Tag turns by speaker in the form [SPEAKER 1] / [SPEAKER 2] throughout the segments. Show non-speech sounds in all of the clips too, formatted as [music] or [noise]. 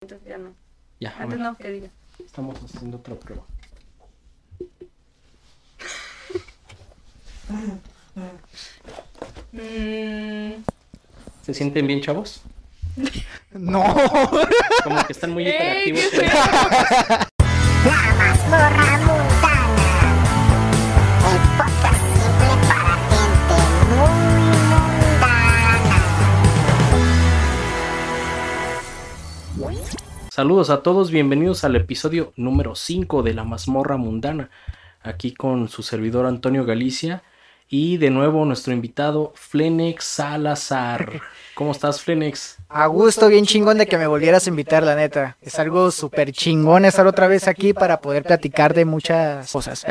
[SPEAKER 1] Entonces ya no.
[SPEAKER 2] Ya, a
[SPEAKER 1] Antes
[SPEAKER 2] ver,
[SPEAKER 1] no, que diga.
[SPEAKER 2] estamos haciendo otra prueba.
[SPEAKER 1] Mm,
[SPEAKER 2] ¿Se sienten bien, chavos?
[SPEAKER 3] No.
[SPEAKER 2] Como que están muy
[SPEAKER 1] ¡Ey,
[SPEAKER 2] hiperactivos.
[SPEAKER 1] qué
[SPEAKER 2] pero-
[SPEAKER 4] La mazmorra mundana. Un podcast simple para gente muy mundana.
[SPEAKER 2] [laughs] Saludos a todos, bienvenidos al episodio número 5 de La mazmorra mundana. Aquí con su servidor Antonio Galicia y de nuevo nuestro invitado Flenex Salazar. ¿Cómo estás, Flenex?
[SPEAKER 3] A gusto, bien chingón de que me volvieras a invitar, la neta. Es algo súper chingón estar otra vez aquí para poder platicar de muchas cosas.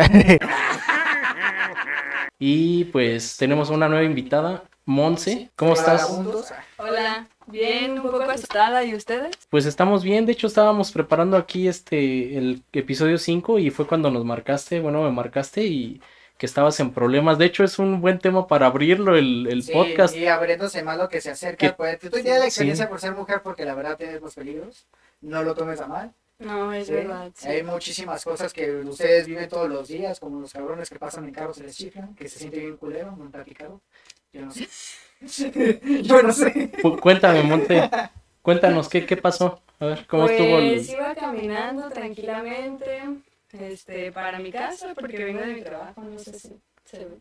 [SPEAKER 2] Y pues tenemos una nueva invitada, Monse. [laughs] ¿Cómo estás?
[SPEAKER 1] hola. Bien, un poco asustada. ¿Y ustedes?
[SPEAKER 2] Pues estamos bien, de hecho estábamos preparando aquí este el episodio 5 y fue cuando nos marcaste, bueno, me marcaste y que estabas en problemas. De hecho es un buen tema para abrirlo el, el podcast.
[SPEAKER 3] Y abriéndose más lo que se acerca.
[SPEAKER 2] Que-
[SPEAKER 3] Pues, tú tienes la experiencia
[SPEAKER 2] Sí.
[SPEAKER 3] por ser mujer porque la verdad tienes los peligros. No lo tomes a mal.
[SPEAKER 1] No, es
[SPEAKER 3] ¿sí?
[SPEAKER 1] verdad. sí.
[SPEAKER 3] Hay muchísimas cosas que ustedes viven todos los días, como los cabrones que pasan en carros se les chiflan, que se siente bien culero, no han platicado. Yo no sé. [laughs] Yo no sé.
[SPEAKER 2] Cu- Cuéntame, Monte, cuéntanos qué, qué pasó. A ver, ¿cómo
[SPEAKER 1] pues,
[SPEAKER 2] estuvo el...
[SPEAKER 1] iba caminando tranquilamente este, para mi casa porque vengo de mi trabajo, no sé si se ve.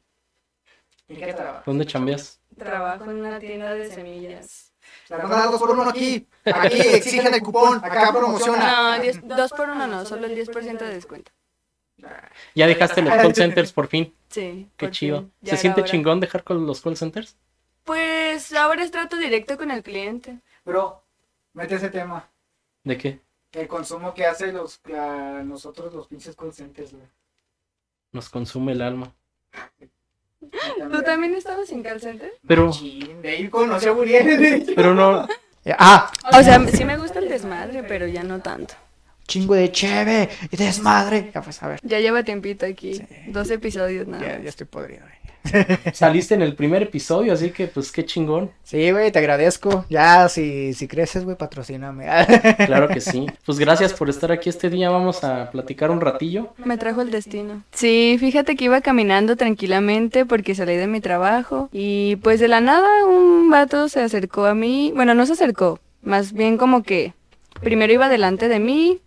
[SPEAKER 3] ¿En qué trabajas?
[SPEAKER 2] ¿Dónde chambeas?
[SPEAKER 1] Trabajo en una tienda de semillas.
[SPEAKER 3] La van a dar dos por uno aquí. Aquí exigen el cupón. Acá promociona.
[SPEAKER 1] No, 10 Ah, dos por uno no, solo el 10% de descuento.
[SPEAKER 2] Ya dejaste los call centers por fin,
[SPEAKER 1] Sí.
[SPEAKER 2] qué
[SPEAKER 1] por
[SPEAKER 2] chido.
[SPEAKER 1] fin, ya
[SPEAKER 2] ¿Se
[SPEAKER 1] era
[SPEAKER 2] siente
[SPEAKER 1] hora.
[SPEAKER 2] chingón dejar con los call centers?
[SPEAKER 1] Pues ahora es trato directo con el cliente.
[SPEAKER 3] Bro, mete ese tema.
[SPEAKER 2] ¿De qué?
[SPEAKER 3] El consumo que hace los, a nosotros los pinches conscientes, güey.
[SPEAKER 2] Nos consume el
[SPEAKER 3] [laughs]
[SPEAKER 2] alma.
[SPEAKER 1] ¿Tú también estabas en call center?
[SPEAKER 2] Pero,
[SPEAKER 3] Chin, de ahí conoció a Uriel.
[SPEAKER 2] pero no,
[SPEAKER 5] Eh,
[SPEAKER 3] Ah,
[SPEAKER 1] O sea, sí me gusta el desmadre, pero ya no tanto.
[SPEAKER 3] chingo de cheve y desmadre. Ya pues, a ver.
[SPEAKER 1] Ya lleva tiempito aquí. Dos episodios nada.
[SPEAKER 3] Ya,
[SPEAKER 1] más.
[SPEAKER 3] ya estoy podrido, güey. [laughs]
[SPEAKER 2] saliste en el primer episodio, así que pues qué chingón.
[SPEAKER 3] Sí, güey, te agradezco. Ya, si, si creces, güey, patrocíname. [laughs]
[SPEAKER 2] Claro que sí.
[SPEAKER 1] [laughs]
[SPEAKER 2] Pues gracias por estar aquí este día. Vamos a platicar un ratillo.
[SPEAKER 1] Me trajo el destino. Sí, fíjate que iba caminando tranquilamente porque salí de mi trabajo y pues de la nada un vato se acercó a mí. Bueno, no se acercó, más bien como que primero iba delante de mí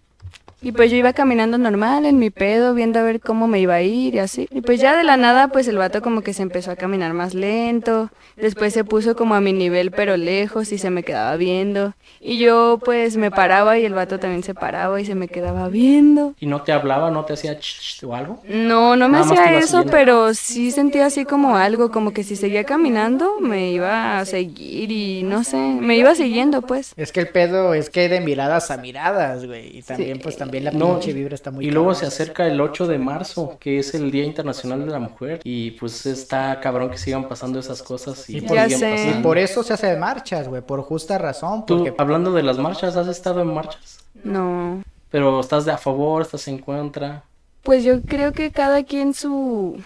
[SPEAKER 1] y pues yo iba caminando normal en mi pedo, viendo a ver cómo me iba a ir y así. Y pues ya de la nada pues el vato como que se empezó a caminar más lento, después se puso como a mi nivel pero lejos y se me quedaba viendo. Y yo pues me paraba y el vato también se paraba y se me quedaba viendo.
[SPEAKER 2] Y no te hablaba, no te hacía ch, ch, o algo.
[SPEAKER 1] No, no me
[SPEAKER 2] Nada más te
[SPEAKER 1] hacía
[SPEAKER 2] iba
[SPEAKER 1] eso,
[SPEAKER 2] siguiendo.
[SPEAKER 1] pero sí sentía así como algo, como que si seguía caminando me iba a seguir y no sé, me iba siguiendo pues.
[SPEAKER 3] Es que el pedo es que de miradas a miradas, güey. Y también,
[SPEAKER 1] Sí.
[SPEAKER 3] pues también la
[SPEAKER 2] No,
[SPEAKER 3] pinche vibra está muy
[SPEAKER 2] Y luego
[SPEAKER 3] cabrón.
[SPEAKER 2] se acerca el 8 de marzo, que es el Día Internacional de la Mujer. Y pues está cabrón que sigan pasando esas cosas. Y
[SPEAKER 3] Y por-
[SPEAKER 1] Ya
[SPEAKER 2] siguen
[SPEAKER 1] sé.
[SPEAKER 2] pasando.
[SPEAKER 3] Y por eso se hace de marchas, güey, por justa razón,
[SPEAKER 2] Tú,
[SPEAKER 3] porque
[SPEAKER 2] hablando de las marchas, ¿has estado en marchas?
[SPEAKER 1] No.
[SPEAKER 2] Pero estás de a favor, estás en contra.
[SPEAKER 1] Pues yo creo que cada quien su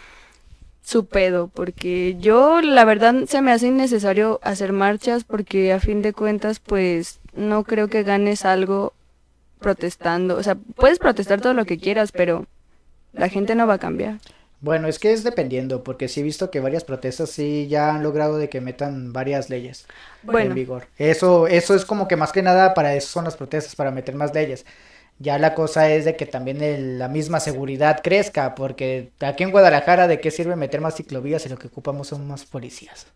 [SPEAKER 1] su pedo, porque yo la verdad se me hace innecesario hacer marchas porque a fin de cuentas pues no creo que ganes algo protestando, o sea, puedes protestar todo lo que quieras, pero la gente no va a cambiar.
[SPEAKER 3] bueno, es que es dependiendo, porque sí he visto que varias protestas sí ya han logrado de que metan varias leyes en
[SPEAKER 1] Bueno,
[SPEAKER 3] vigor. Eso eso es como que más que nada para eso son las protestas, para meter más leyes. Ya la cosa es de que también el- la misma seguridad crezca, porque aquí en Guadalajara de qué sirve meter más ciclovías si lo que ocupamos son más policías.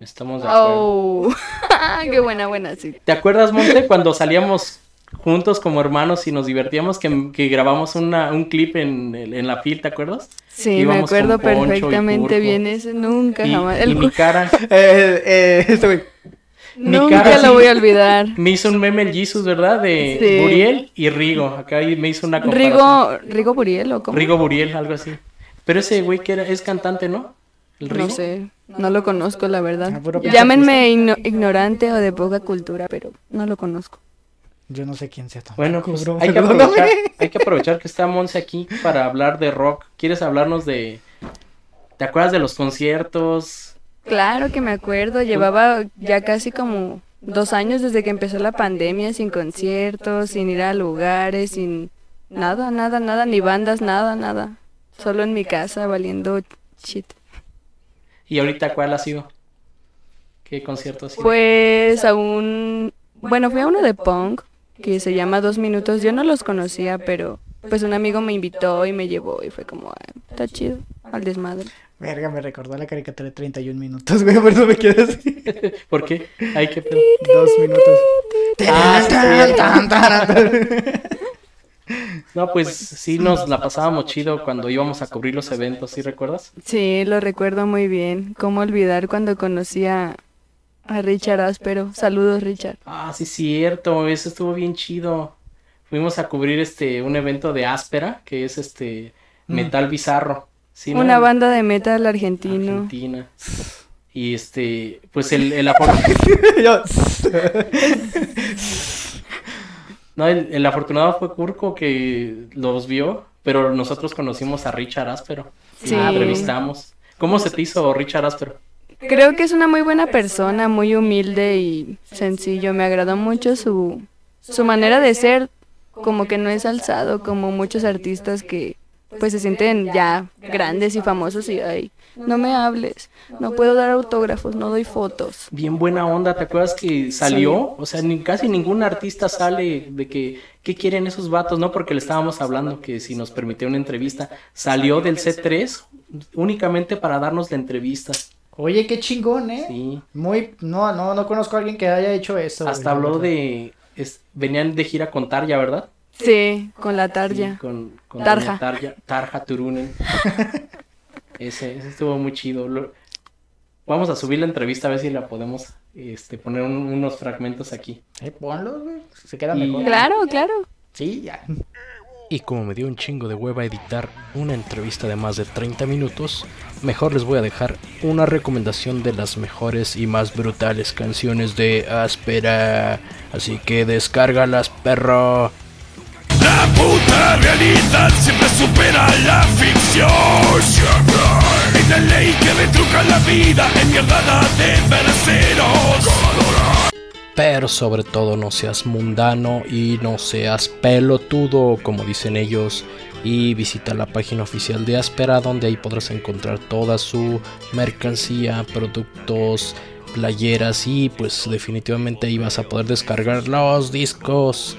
[SPEAKER 2] Estamos de acuerdo.
[SPEAKER 1] Oh, [laughs] qué buena, buena, sí.
[SPEAKER 2] ¿Te
[SPEAKER 1] [laughs]
[SPEAKER 2] acuerdas, Monte, cuando salíamos juntos como hermanos y nos divertíamos que, que grabamos una, un clip en, el- en la fil, ¿te acuerdas?
[SPEAKER 1] Sí, me
[SPEAKER 2] Íbamos con
[SPEAKER 1] acuerdo
[SPEAKER 2] Poncho y
[SPEAKER 1] perfectamente
[SPEAKER 2] Curco.
[SPEAKER 1] bien ese, nunca
[SPEAKER 2] Y,
[SPEAKER 1] jamás,
[SPEAKER 2] y
[SPEAKER 1] el cu-
[SPEAKER 2] mi
[SPEAKER 1] [laughs] Eh, este
[SPEAKER 2] cara, mi cara
[SPEAKER 1] nunca
[SPEAKER 2] sí.
[SPEAKER 1] lo voy a
[SPEAKER 2] [laughs]
[SPEAKER 1] olvidar.
[SPEAKER 2] Me hizo un meme el Jesus, ¿verdad? De
[SPEAKER 1] Sí.
[SPEAKER 2] Buriel y Rigo. Acá ahí me hizo una comparación.
[SPEAKER 1] Rigo, Rigo Buriel o cómo?
[SPEAKER 2] Rigo Buriel, algo así. Pero ese güey que era, es cantante, ¿no? El Rigo.
[SPEAKER 1] No sé, no lo conozco la verdad.
[SPEAKER 3] Ah, puro pinche
[SPEAKER 1] Llámenme igno- ignorante o de poca cultura, pero no lo conozco.
[SPEAKER 3] Yo no sé quién sea tampoco,
[SPEAKER 2] Bueno, pues,
[SPEAKER 3] bro,
[SPEAKER 2] hay, que
[SPEAKER 3] [laughs] perdóname.
[SPEAKER 2] aprovechar, hay que aprovechar que está Monse aquí para hablar de rock. ¿Quieres hablarnos de... ¿Te acuerdas de los conciertos? Pues,
[SPEAKER 1] Claro que me acuerdo, llevaba ya casi como dos años desde que empezó la pandemia, sin conciertos, sin ir a lugares, sin nada, nada, nada, ni bandas, nada, nada. Solo en mi casa valiendo shit.
[SPEAKER 2] ¿Y ahorita cuál ha sido? ¿Qué concierto ha sido?
[SPEAKER 1] Pues a un... Bueno, fui a uno de punk que se llama Dos Minutos. Yo no los conocía, pero pues un amigo me invitó y me llevó y fue como, "Ah, está chido, al desmadre.
[SPEAKER 5] Verga, me recordó la caricatura de 31 minutos, güey, por eso me quedé así.
[SPEAKER 2] ¿Por qué? Ay, qué pedo.
[SPEAKER 5] [laughs] Dos minutos.
[SPEAKER 2] Ah, sí.
[SPEAKER 5] Tan, tan, tan.
[SPEAKER 2] No, pues sí nos la pasábamos chido cuando íbamos a cubrir los eventos, ¿sí recuerdas?
[SPEAKER 1] Sí, lo recuerdo muy bien. ¿Cómo olvidar cuando conocí a, a Richard Áspero? Saludos, Richard.
[SPEAKER 2] Ah, sí, cierto, eso estuvo bien chido. Fuimos a cubrir este un evento de Áspera, que es este metal bizarro. ¿sí, no?
[SPEAKER 1] Una banda de metal argentino.
[SPEAKER 2] Argentina. Y este, pues el, el aforo-
[SPEAKER 5] Yo,
[SPEAKER 2] No, el, el afortunado fue Curco que los vio, pero nosotros conocimos a Richard Áspero. y
[SPEAKER 1] Sí.
[SPEAKER 2] lo entrevistamos. ¿Cómo se te hizo Richard Áspero?
[SPEAKER 1] Creo que es una muy buena persona, muy humilde y sencillo. Me agradó mucho su, su manera de ser, como que no es alzado, como muchos artistas que pues se sienten ya grandes y famosos y ay, no me hables, no puedo dar autógrafos, no doy fotos.
[SPEAKER 2] Bien buena onda, ¿te acuerdas que salió? O sea, ni, casi ningún artista sale de que, ¿qué quieren esos vatos? No, porque le estábamos hablando que si nos permitía una entrevista, salió del C3 únicamente para darnos la entrevista.
[SPEAKER 5] Oye, qué chingón, ¿eh?
[SPEAKER 2] Sí.
[SPEAKER 5] Muy, no, no, no conozco a alguien que haya hecho eso. güey,
[SPEAKER 2] Hasta
[SPEAKER 5] la
[SPEAKER 2] habló
[SPEAKER 5] verdad.
[SPEAKER 2] de, es- venían de gira con Tarja, ¿verdad?
[SPEAKER 1] Sí, con la
[SPEAKER 2] Sí,
[SPEAKER 1] tarja.
[SPEAKER 2] con, con
[SPEAKER 1] Tarja.
[SPEAKER 2] Tarja. Tarja, Tarja Turunen. ese, ese estuvo muy chido. Lo- vamos a subir la entrevista a ver si la podemos este, poner un- unos fragmentos aquí.
[SPEAKER 5] Eh, ponlo, güey. Se queda
[SPEAKER 2] Y-
[SPEAKER 5] mejor.
[SPEAKER 1] Claro, claro.
[SPEAKER 5] Sí, ya.
[SPEAKER 2] Y como me dio un chingo de hueva editar una entrevista de más de 30 minutos, mejor les voy a dejar una recomendación de las mejores y más brutales canciones de Áspera. Así que descárgalas, perro.
[SPEAKER 6] La puta realidad siempre supera la ficción. Siempre. Es la ley que retruca la vida en mierdada de verseros.
[SPEAKER 2] Pero sobre todo no seas mundano y no seas pelotudo, como dicen ellos. Y visita la página oficial de Aspera, donde ahí podrás encontrar toda su mercancía, productos, playeras y pues definitivamente ahí vas a poder descargar los discos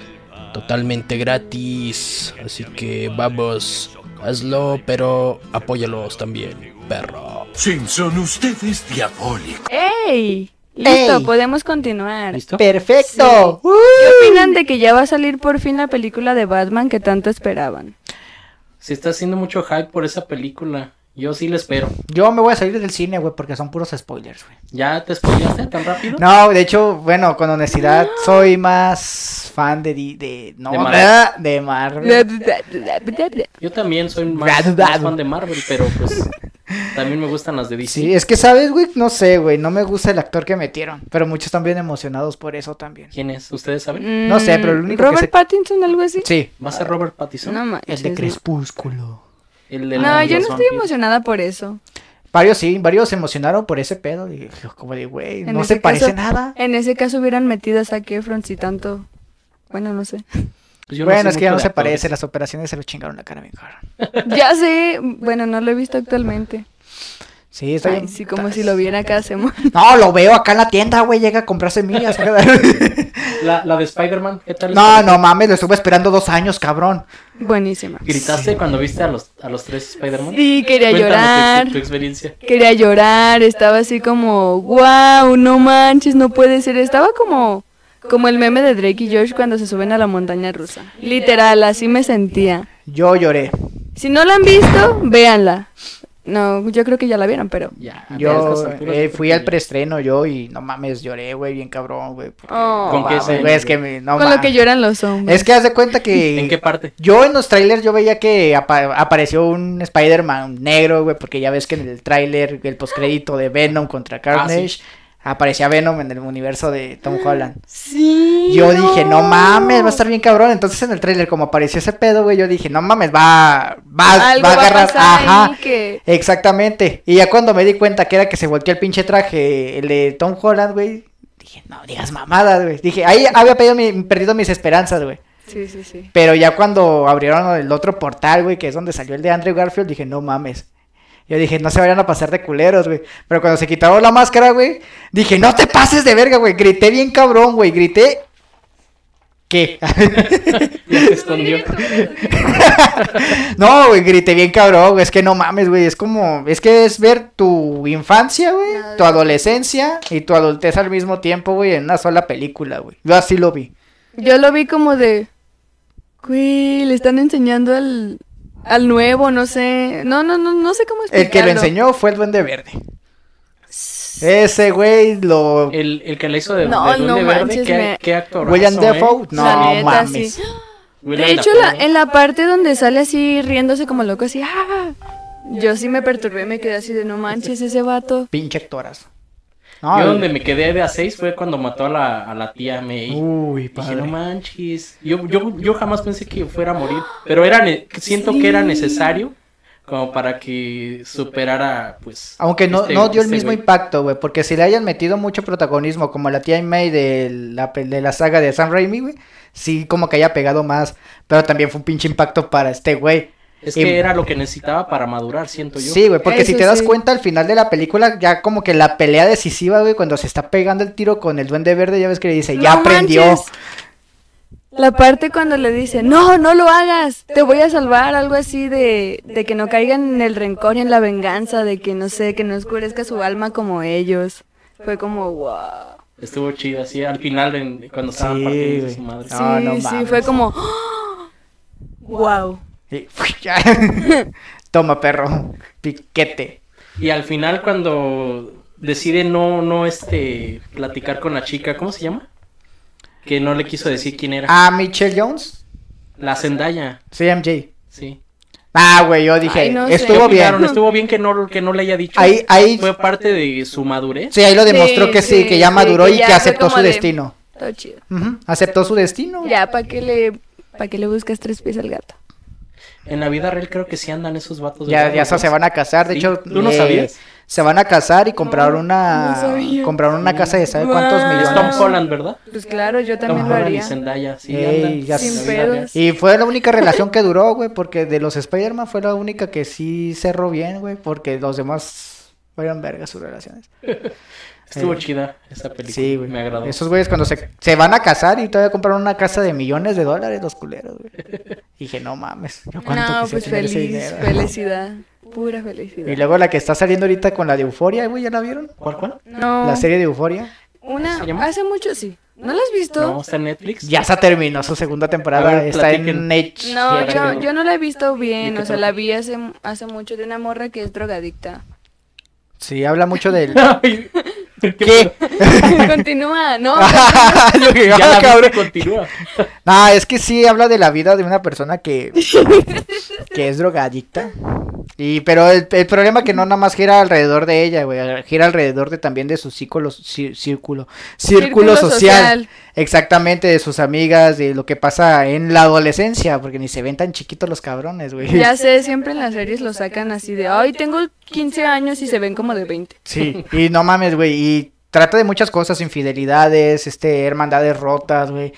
[SPEAKER 2] totalmente gratis. Así que vamos, hazlo, pero apóyalos también, perro.
[SPEAKER 6] Sin son ustedes diabólicos.
[SPEAKER 1] ¡Ey! Listo,
[SPEAKER 5] Ey.
[SPEAKER 1] podemos continuar.
[SPEAKER 5] Perfecto. Uh.
[SPEAKER 1] ¿Qué opinan de que ya va a salir por fin la película de Batman que tanto esperaban?
[SPEAKER 2] Se está haciendo mucho hype por esa película. Yo sí le espero.
[SPEAKER 5] Yo me voy a salir del cine, güey, porque son puros spoilers, güey.
[SPEAKER 2] ¿Ya te spoileaste tan rápido?
[SPEAKER 5] No, de hecho, bueno, con honestidad, soy más fan de. di- de no,
[SPEAKER 2] De
[SPEAKER 5] de
[SPEAKER 2] Marvel.
[SPEAKER 5] Marvel. De Marvel.
[SPEAKER 2] Yo también soy
[SPEAKER 5] Bla,
[SPEAKER 2] más,
[SPEAKER 5] bla,
[SPEAKER 2] más
[SPEAKER 5] bla.
[SPEAKER 2] fan de Marvel, pero pues también me gustan las de DC.
[SPEAKER 5] Sí, es que sabes, güey, no sé, güey, no me gusta el actor que metieron, pero muchos están bien emocionados por eso también.
[SPEAKER 2] ¿Quién es? ¿Ustedes saben?
[SPEAKER 5] No sé, pero lo único que
[SPEAKER 1] ¿Robert
[SPEAKER 5] sé-
[SPEAKER 1] Pattinson algo así?
[SPEAKER 5] Sí,
[SPEAKER 2] ¿Va a ser Robert Pattinson?
[SPEAKER 1] Mm, No manches.
[SPEAKER 5] el de Crepúsculo.
[SPEAKER 2] El de
[SPEAKER 1] No,
[SPEAKER 2] la-
[SPEAKER 1] yo no
[SPEAKER 2] los
[SPEAKER 1] estoy
[SPEAKER 2] vampiros.
[SPEAKER 1] emocionada por eso.
[SPEAKER 5] Varios sí, varios se emocionaron por ese pedo. Y yo como de, güey,
[SPEAKER 1] En
[SPEAKER 5] no
[SPEAKER 1] ese
[SPEAKER 5] se parece
[SPEAKER 1] caso-
[SPEAKER 5] nada.
[SPEAKER 1] En ese caso hubieran metido a Zac Efron si tanto... Bueno, no sé.
[SPEAKER 2] Pues yo no
[SPEAKER 5] bueno,
[SPEAKER 2] sé
[SPEAKER 5] es que ya
[SPEAKER 2] mucho
[SPEAKER 5] no
[SPEAKER 2] de
[SPEAKER 5] se
[SPEAKER 2] actores.
[SPEAKER 5] parece, las operaciones se lo chingaron la cara bien cabrón.
[SPEAKER 1] Ya sé. Bueno, no lo he visto actualmente.
[SPEAKER 5] Sí, está
[SPEAKER 1] Ay,
[SPEAKER 5] bien-
[SPEAKER 1] sí, como
[SPEAKER 5] está-
[SPEAKER 1] si lo viera cada semana. [laughs]
[SPEAKER 5] No, lo veo acá en la tienda, güey, llega a comprarse millas.
[SPEAKER 2] La, la de Spider-Man, ¿qué tal?
[SPEAKER 5] [laughs] no, no mames, lo estuve esperando dos años, cabrón.
[SPEAKER 1] Buenísima.
[SPEAKER 2] ¿Gritaste cuando viste a los, a los tres Spider-Man?
[SPEAKER 1] Sí, quería
[SPEAKER 2] Cuéntanos tu-
[SPEAKER 1] llorar.
[SPEAKER 2] Tu, experiencia.
[SPEAKER 1] Quería llorar, estaba así como, wow, no manches, no puede ser. Estaba como, como el meme de Drake y Josh cuando se suben a la montaña rusa. Literal, así me sentía.
[SPEAKER 5] Yo lloré.
[SPEAKER 1] Si no la han visto, véanla. No, yo creo que ya la vieron, pero.
[SPEAKER 2] Ya, a
[SPEAKER 5] Yo
[SPEAKER 2] estas alturas,
[SPEAKER 5] eh,
[SPEAKER 2] yo
[SPEAKER 5] fui
[SPEAKER 2] creo
[SPEAKER 5] al
[SPEAKER 2] que-
[SPEAKER 5] preestreno yo y no mames, lloré, güey, bien cabrón, güey. porque-
[SPEAKER 1] Oh,
[SPEAKER 2] ¿Con
[SPEAKER 5] no
[SPEAKER 2] qué
[SPEAKER 5] mames,
[SPEAKER 2] escena,
[SPEAKER 5] güey, es
[SPEAKER 2] güey?
[SPEAKER 5] que me- no
[SPEAKER 1] con lo
[SPEAKER 5] mames.
[SPEAKER 1] que lloran los hombres.
[SPEAKER 5] Es que haz de cuenta que
[SPEAKER 2] ¿En qué parte?
[SPEAKER 5] Yo [laughs] en los trailers yo veía que apa- apareció un Spider-Man negro, güey, porque ya ves que en el tráiler, el postcrédito de Venom contra Carnage,
[SPEAKER 2] sí.
[SPEAKER 5] aparecía Venom en el universo de Tom Holland.
[SPEAKER 1] Sí.
[SPEAKER 5] Yo dije, no mames, va a estar bien cabrón. Entonces en el tráiler, como apareció ese pedo, güey, yo dije, no mames, va, va,
[SPEAKER 1] Algo
[SPEAKER 5] va a
[SPEAKER 1] va a
[SPEAKER 5] agarrar.
[SPEAKER 1] pasar ahí
[SPEAKER 5] Ajá.
[SPEAKER 1] que-
[SPEAKER 5] Exactamente. Y ya cuando me di cuenta que era que se volteó el pinche traje, el de Tom Holland, güey. Dije, no digas mamadas, güey. Dije, ahí había pedido mi- perdido mis esperanzas, güey.
[SPEAKER 1] Sí, sí, sí.
[SPEAKER 5] Pero ya cuando abrieron el otro portal, güey, que es donde salió el de Andrew Garfield, dije, no mames. Yo dije, no se vayan a pasar de culeros, güey. Pero cuando se quitaron la máscara, güey, dije, no te pases de verga, güey. Grité bien cabrón, güey. Grité. ¿Qué?
[SPEAKER 2] Ya
[SPEAKER 1] [laughs]
[SPEAKER 2] se escondió.
[SPEAKER 5] no, güey, grité bien cabrón, güey. Es que no mames, güey. Es como. Es que es ver tu infancia, güey. Tu adolescencia y tu adultez al mismo tiempo, güey, en una sola película, güey. Yo así lo vi.
[SPEAKER 1] Yo lo vi como de. Güey, le están enseñando al. Al nuevo, no sé. No, no, no, no sé cómo explicarlo.
[SPEAKER 5] El que lo enseñó fue el Duende Verde. Ese güey lo.
[SPEAKER 2] El, el que le hizo de,
[SPEAKER 1] No,
[SPEAKER 2] de
[SPEAKER 1] no
[SPEAKER 2] Duende Verde,
[SPEAKER 1] manches,
[SPEAKER 2] ¿qué,
[SPEAKER 1] me-
[SPEAKER 2] qué actorazo,
[SPEAKER 5] William
[SPEAKER 2] eh?
[SPEAKER 5] Defoe. No
[SPEAKER 1] La neta,
[SPEAKER 5] mames.
[SPEAKER 1] sí.
[SPEAKER 2] William
[SPEAKER 1] De hecho, la- eh,
[SPEAKER 2] Dafoe.
[SPEAKER 1] en la parte donde sale así riéndose como loco, así. ¡Ah! Yo sí me perturbé, me quedé así de no manches ese vato.
[SPEAKER 5] Pinche actorazo. No,
[SPEAKER 2] Yo
[SPEAKER 5] el-
[SPEAKER 2] donde me quedé de a seis fue cuando mató a la, a la tía May.
[SPEAKER 5] Uy,
[SPEAKER 2] Dije,
[SPEAKER 5] padre.
[SPEAKER 2] no manches. Yo, yo, yo jamás pensé que fuera a morir. Pero era ne- siento que era necesario como para que superara, pues.
[SPEAKER 5] Aunque no,
[SPEAKER 2] este-
[SPEAKER 5] no dio el
[SPEAKER 2] este
[SPEAKER 5] mismo
[SPEAKER 2] güey.
[SPEAKER 5] impacto, güey. Porque si le hayan metido mucho protagonismo, como la tía May de la, pe- de la saga de Sam Raimi, güey. Sí, como que haya pegado más. Pero también fue un pinche impacto para este güey.
[SPEAKER 2] Es
[SPEAKER 5] Im-
[SPEAKER 2] que era lo que necesitaba para madurar, siento yo.
[SPEAKER 5] Sí, güey, porque si
[SPEAKER 1] Eso
[SPEAKER 5] te das
[SPEAKER 1] sí.
[SPEAKER 5] cuenta al final de la película, ya como que la pelea decisiva, güey, cuando se está pegando el tiro con el duende verde, ya ves que le dice, ya
[SPEAKER 1] ¡No
[SPEAKER 5] aprendió.
[SPEAKER 1] manches! La parte cuando le dice, no, no lo hagas, te voy a salvar, algo así de, de que no caigan en el rencor y en la venganza, de que no sé, que no oscurezca su alma como ellos. Fue como, wow.
[SPEAKER 2] Estuvo chido, así al final, en- cuando estaban
[SPEAKER 5] Sí,
[SPEAKER 2] partiendo de
[SPEAKER 5] güey. Ah.
[SPEAKER 2] su madre.
[SPEAKER 5] Sí. No, no
[SPEAKER 1] sí, sí,
[SPEAKER 5] mames.
[SPEAKER 1] fue como, "Oh, wow.
[SPEAKER 5] Y- [laughs] ya. Toma, perro, piquete.
[SPEAKER 2] Y al final, cuando decide no, no, este, platicar con la chica, ¿cómo se llama? Que no le quiso decir quién era.
[SPEAKER 5] Ah, Michelle Jones,
[SPEAKER 2] La Zendaya,
[SPEAKER 5] CMJ.
[SPEAKER 2] sí.
[SPEAKER 5] Ah, güey, yo dije,
[SPEAKER 1] Ay, no sé.
[SPEAKER 5] estuvo
[SPEAKER 2] ¿Qué
[SPEAKER 5] bien.
[SPEAKER 2] opinaron? Estuvo bien que no, que no le haya dicho.
[SPEAKER 5] Ahí- ahí-
[SPEAKER 2] Fue parte de su madurez.
[SPEAKER 5] Sí, ahí lo demostró
[SPEAKER 1] Sí,
[SPEAKER 5] que sí,
[SPEAKER 1] sí,
[SPEAKER 5] que ya
[SPEAKER 1] sí,
[SPEAKER 5] maduró
[SPEAKER 1] que
[SPEAKER 5] y
[SPEAKER 1] ya
[SPEAKER 5] que
[SPEAKER 1] fue
[SPEAKER 5] aceptó
[SPEAKER 1] como
[SPEAKER 5] su
[SPEAKER 1] de-
[SPEAKER 5] destino.
[SPEAKER 1] Todo chido.
[SPEAKER 5] Ujú, Aceptó su destino. güey.
[SPEAKER 1] Ya, ¿para qué le, para qué le buscas tres pies al gato?
[SPEAKER 2] En la vida real creo que sí andan esos vatos. de
[SPEAKER 5] Pues Ya,
[SPEAKER 2] Warner
[SPEAKER 5] ya se
[SPEAKER 2] Bros.
[SPEAKER 5] se van a casar, de
[SPEAKER 2] Sí,
[SPEAKER 5] hecho,
[SPEAKER 2] tú no
[SPEAKER 5] eh,
[SPEAKER 2] sabías.
[SPEAKER 5] se van a casar y comprar
[SPEAKER 1] No,
[SPEAKER 5] una
[SPEAKER 1] no sabía.
[SPEAKER 5] compraron una casa de sabe cuántos
[SPEAKER 1] Wow.
[SPEAKER 2] Es
[SPEAKER 5] millones.
[SPEAKER 2] Tom Holland, ¿verdad?
[SPEAKER 1] Pues claro, yo
[SPEAKER 2] Tom
[SPEAKER 1] también lo
[SPEAKER 2] Holland y
[SPEAKER 1] haría.
[SPEAKER 2] Zendaya. Sí,
[SPEAKER 5] Ey,
[SPEAKER 2] andan.
[SPEAKER 5] ya
[SPEAKER 2] en la
[SPEAKER 1] Sin
[SPEAKER 2] vida
[SPEAKER 1] pedos.
[SPEAKER 2] real.
[SPEAKER 5] Y fue la única relación que duró, güey, porque de los Spider-Man fue la única que sí cerró bien, güey, porque los demás fueron vergas sus relaciones.
[SPEAKER 2] Estuvo
[SPEAKER 5] Sí.
[SPEAKER 2] chida esa película.
[SPEAKER 5] Sí, güey.
[SPEAKER 2] Me agradó.
[SPEAKER 5] Esos güeyes cuando se, se van a casar y todavía compraron una casa de millones de dólares, los culeros, güey. Dije, no mames, yo cuánto
[SPEAKER 1] No,
[SPEAKER 5] quisiera
[SPEAKER 1] pues
[SPEAKER 5] tener
[SPEAKER 1] feliz,
[SPEAKER 5] ese dinero.
[SPEAKER 1] felicidad, pura felicidad.
[SPEAKER 5] Y luego la que está saliendo ahorita con la de Euforia, güey, ¿ya la vieron?
[SPEAKER 2] ¿Cuál, cuál?
[SPEAKER 1] No,
[SPEAKER 5] La serie de Euforia.
[SPEAKER 1] una,
[SPEAKER 2] ¿Se llama?
[SPEAKER 1] hace mucho sí. ¿No la has visto?
[SPEAKER 2] No, está en Netflix.
[SPEAKER 5] Ya se terminó su segunda temporada,
[SPEAKER 2] A ver,
[SPEAKER 5] está en
[SPEAKER 2] platiquen.
[SPEAKER 5] H.
[SPEAKER 1] No,
[SPEAKER 2] Sí,
[SPEAKER 1] yo,
[SPEAKER 2] creo.
[SPEAKER 1] yo no la he visto bien,
[SPEAKER 2] ¿De qué
[SPEAKER 1] o sea, la
[SPEAKER 2] trata?
[SPEAKER 1] vi hace, hace mucho de una morra que es
[SPEAKER 5] [laughs]
[SPEAKER 1] drogadicta.
[SPEAKER 5] Sí, habla mucho del...
[SPEAKER 1] [laughs]
[SPEAKER 2] Ay,
[SPEAKER 5] ¿Qué? [laughs]
[SPEAKER 1] Continúa, no,
[SPEAKER 5] Ah, Yo que,
[SPEAKER 2] Ya
[SPEAKER 5] ah,
[SPEAKER 2] la
[SPEAKER 5] cabrón.
[SPEAKER 2] cabrón. continúa.
[SPEAKER 5] No, es que sí habla de la vida de una
[SPEAKER 1] [laughs]
[SPEAKER 5] persona que, que es drogadicta. Y, pero el, el problema que no nada más gira alrededor de ella, güey, gira alrededor de también de su círculo, cí- círculo, círculo social. [laughs] Exactamente, de sus amigas, de lo que pasa en la adolescencia, porque ni se ven tan chiquitos los cabrones, güey.
[SPEAKER 1] Ya sé, siempre en las series lo sacan así de, ay, tengo 15 años y se ven como de 20.
[SPEAKER 5] Sí, y no mames, güey, y trata de muchas cosas, infidelidades, este, hermandades rotas, güey,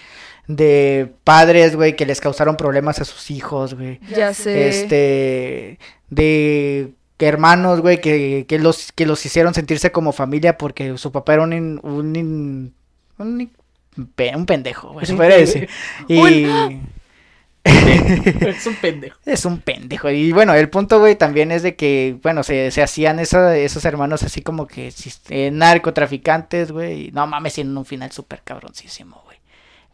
[SPEAKER 5] de padres, güey, que les causaron problemas a sus hijos, güey.
[SPEAKER 1] Ya sé.
[SPEAKER 5] este de que hermanos güey que, que los que los hicieron sentirse como familia porque su papá era un in- un in- un, in- pe- un pendejo güey se puede decir y
[SPEAKER 2] Es un pendejo.
[SPEAKER 5] es un pendejo y bueno el punto güey también es de que bueno se, se hacían esa- esos hermanos así como que sis- eh, narcotraficantes güey y no mames tienen un final súper cabroncísimo güey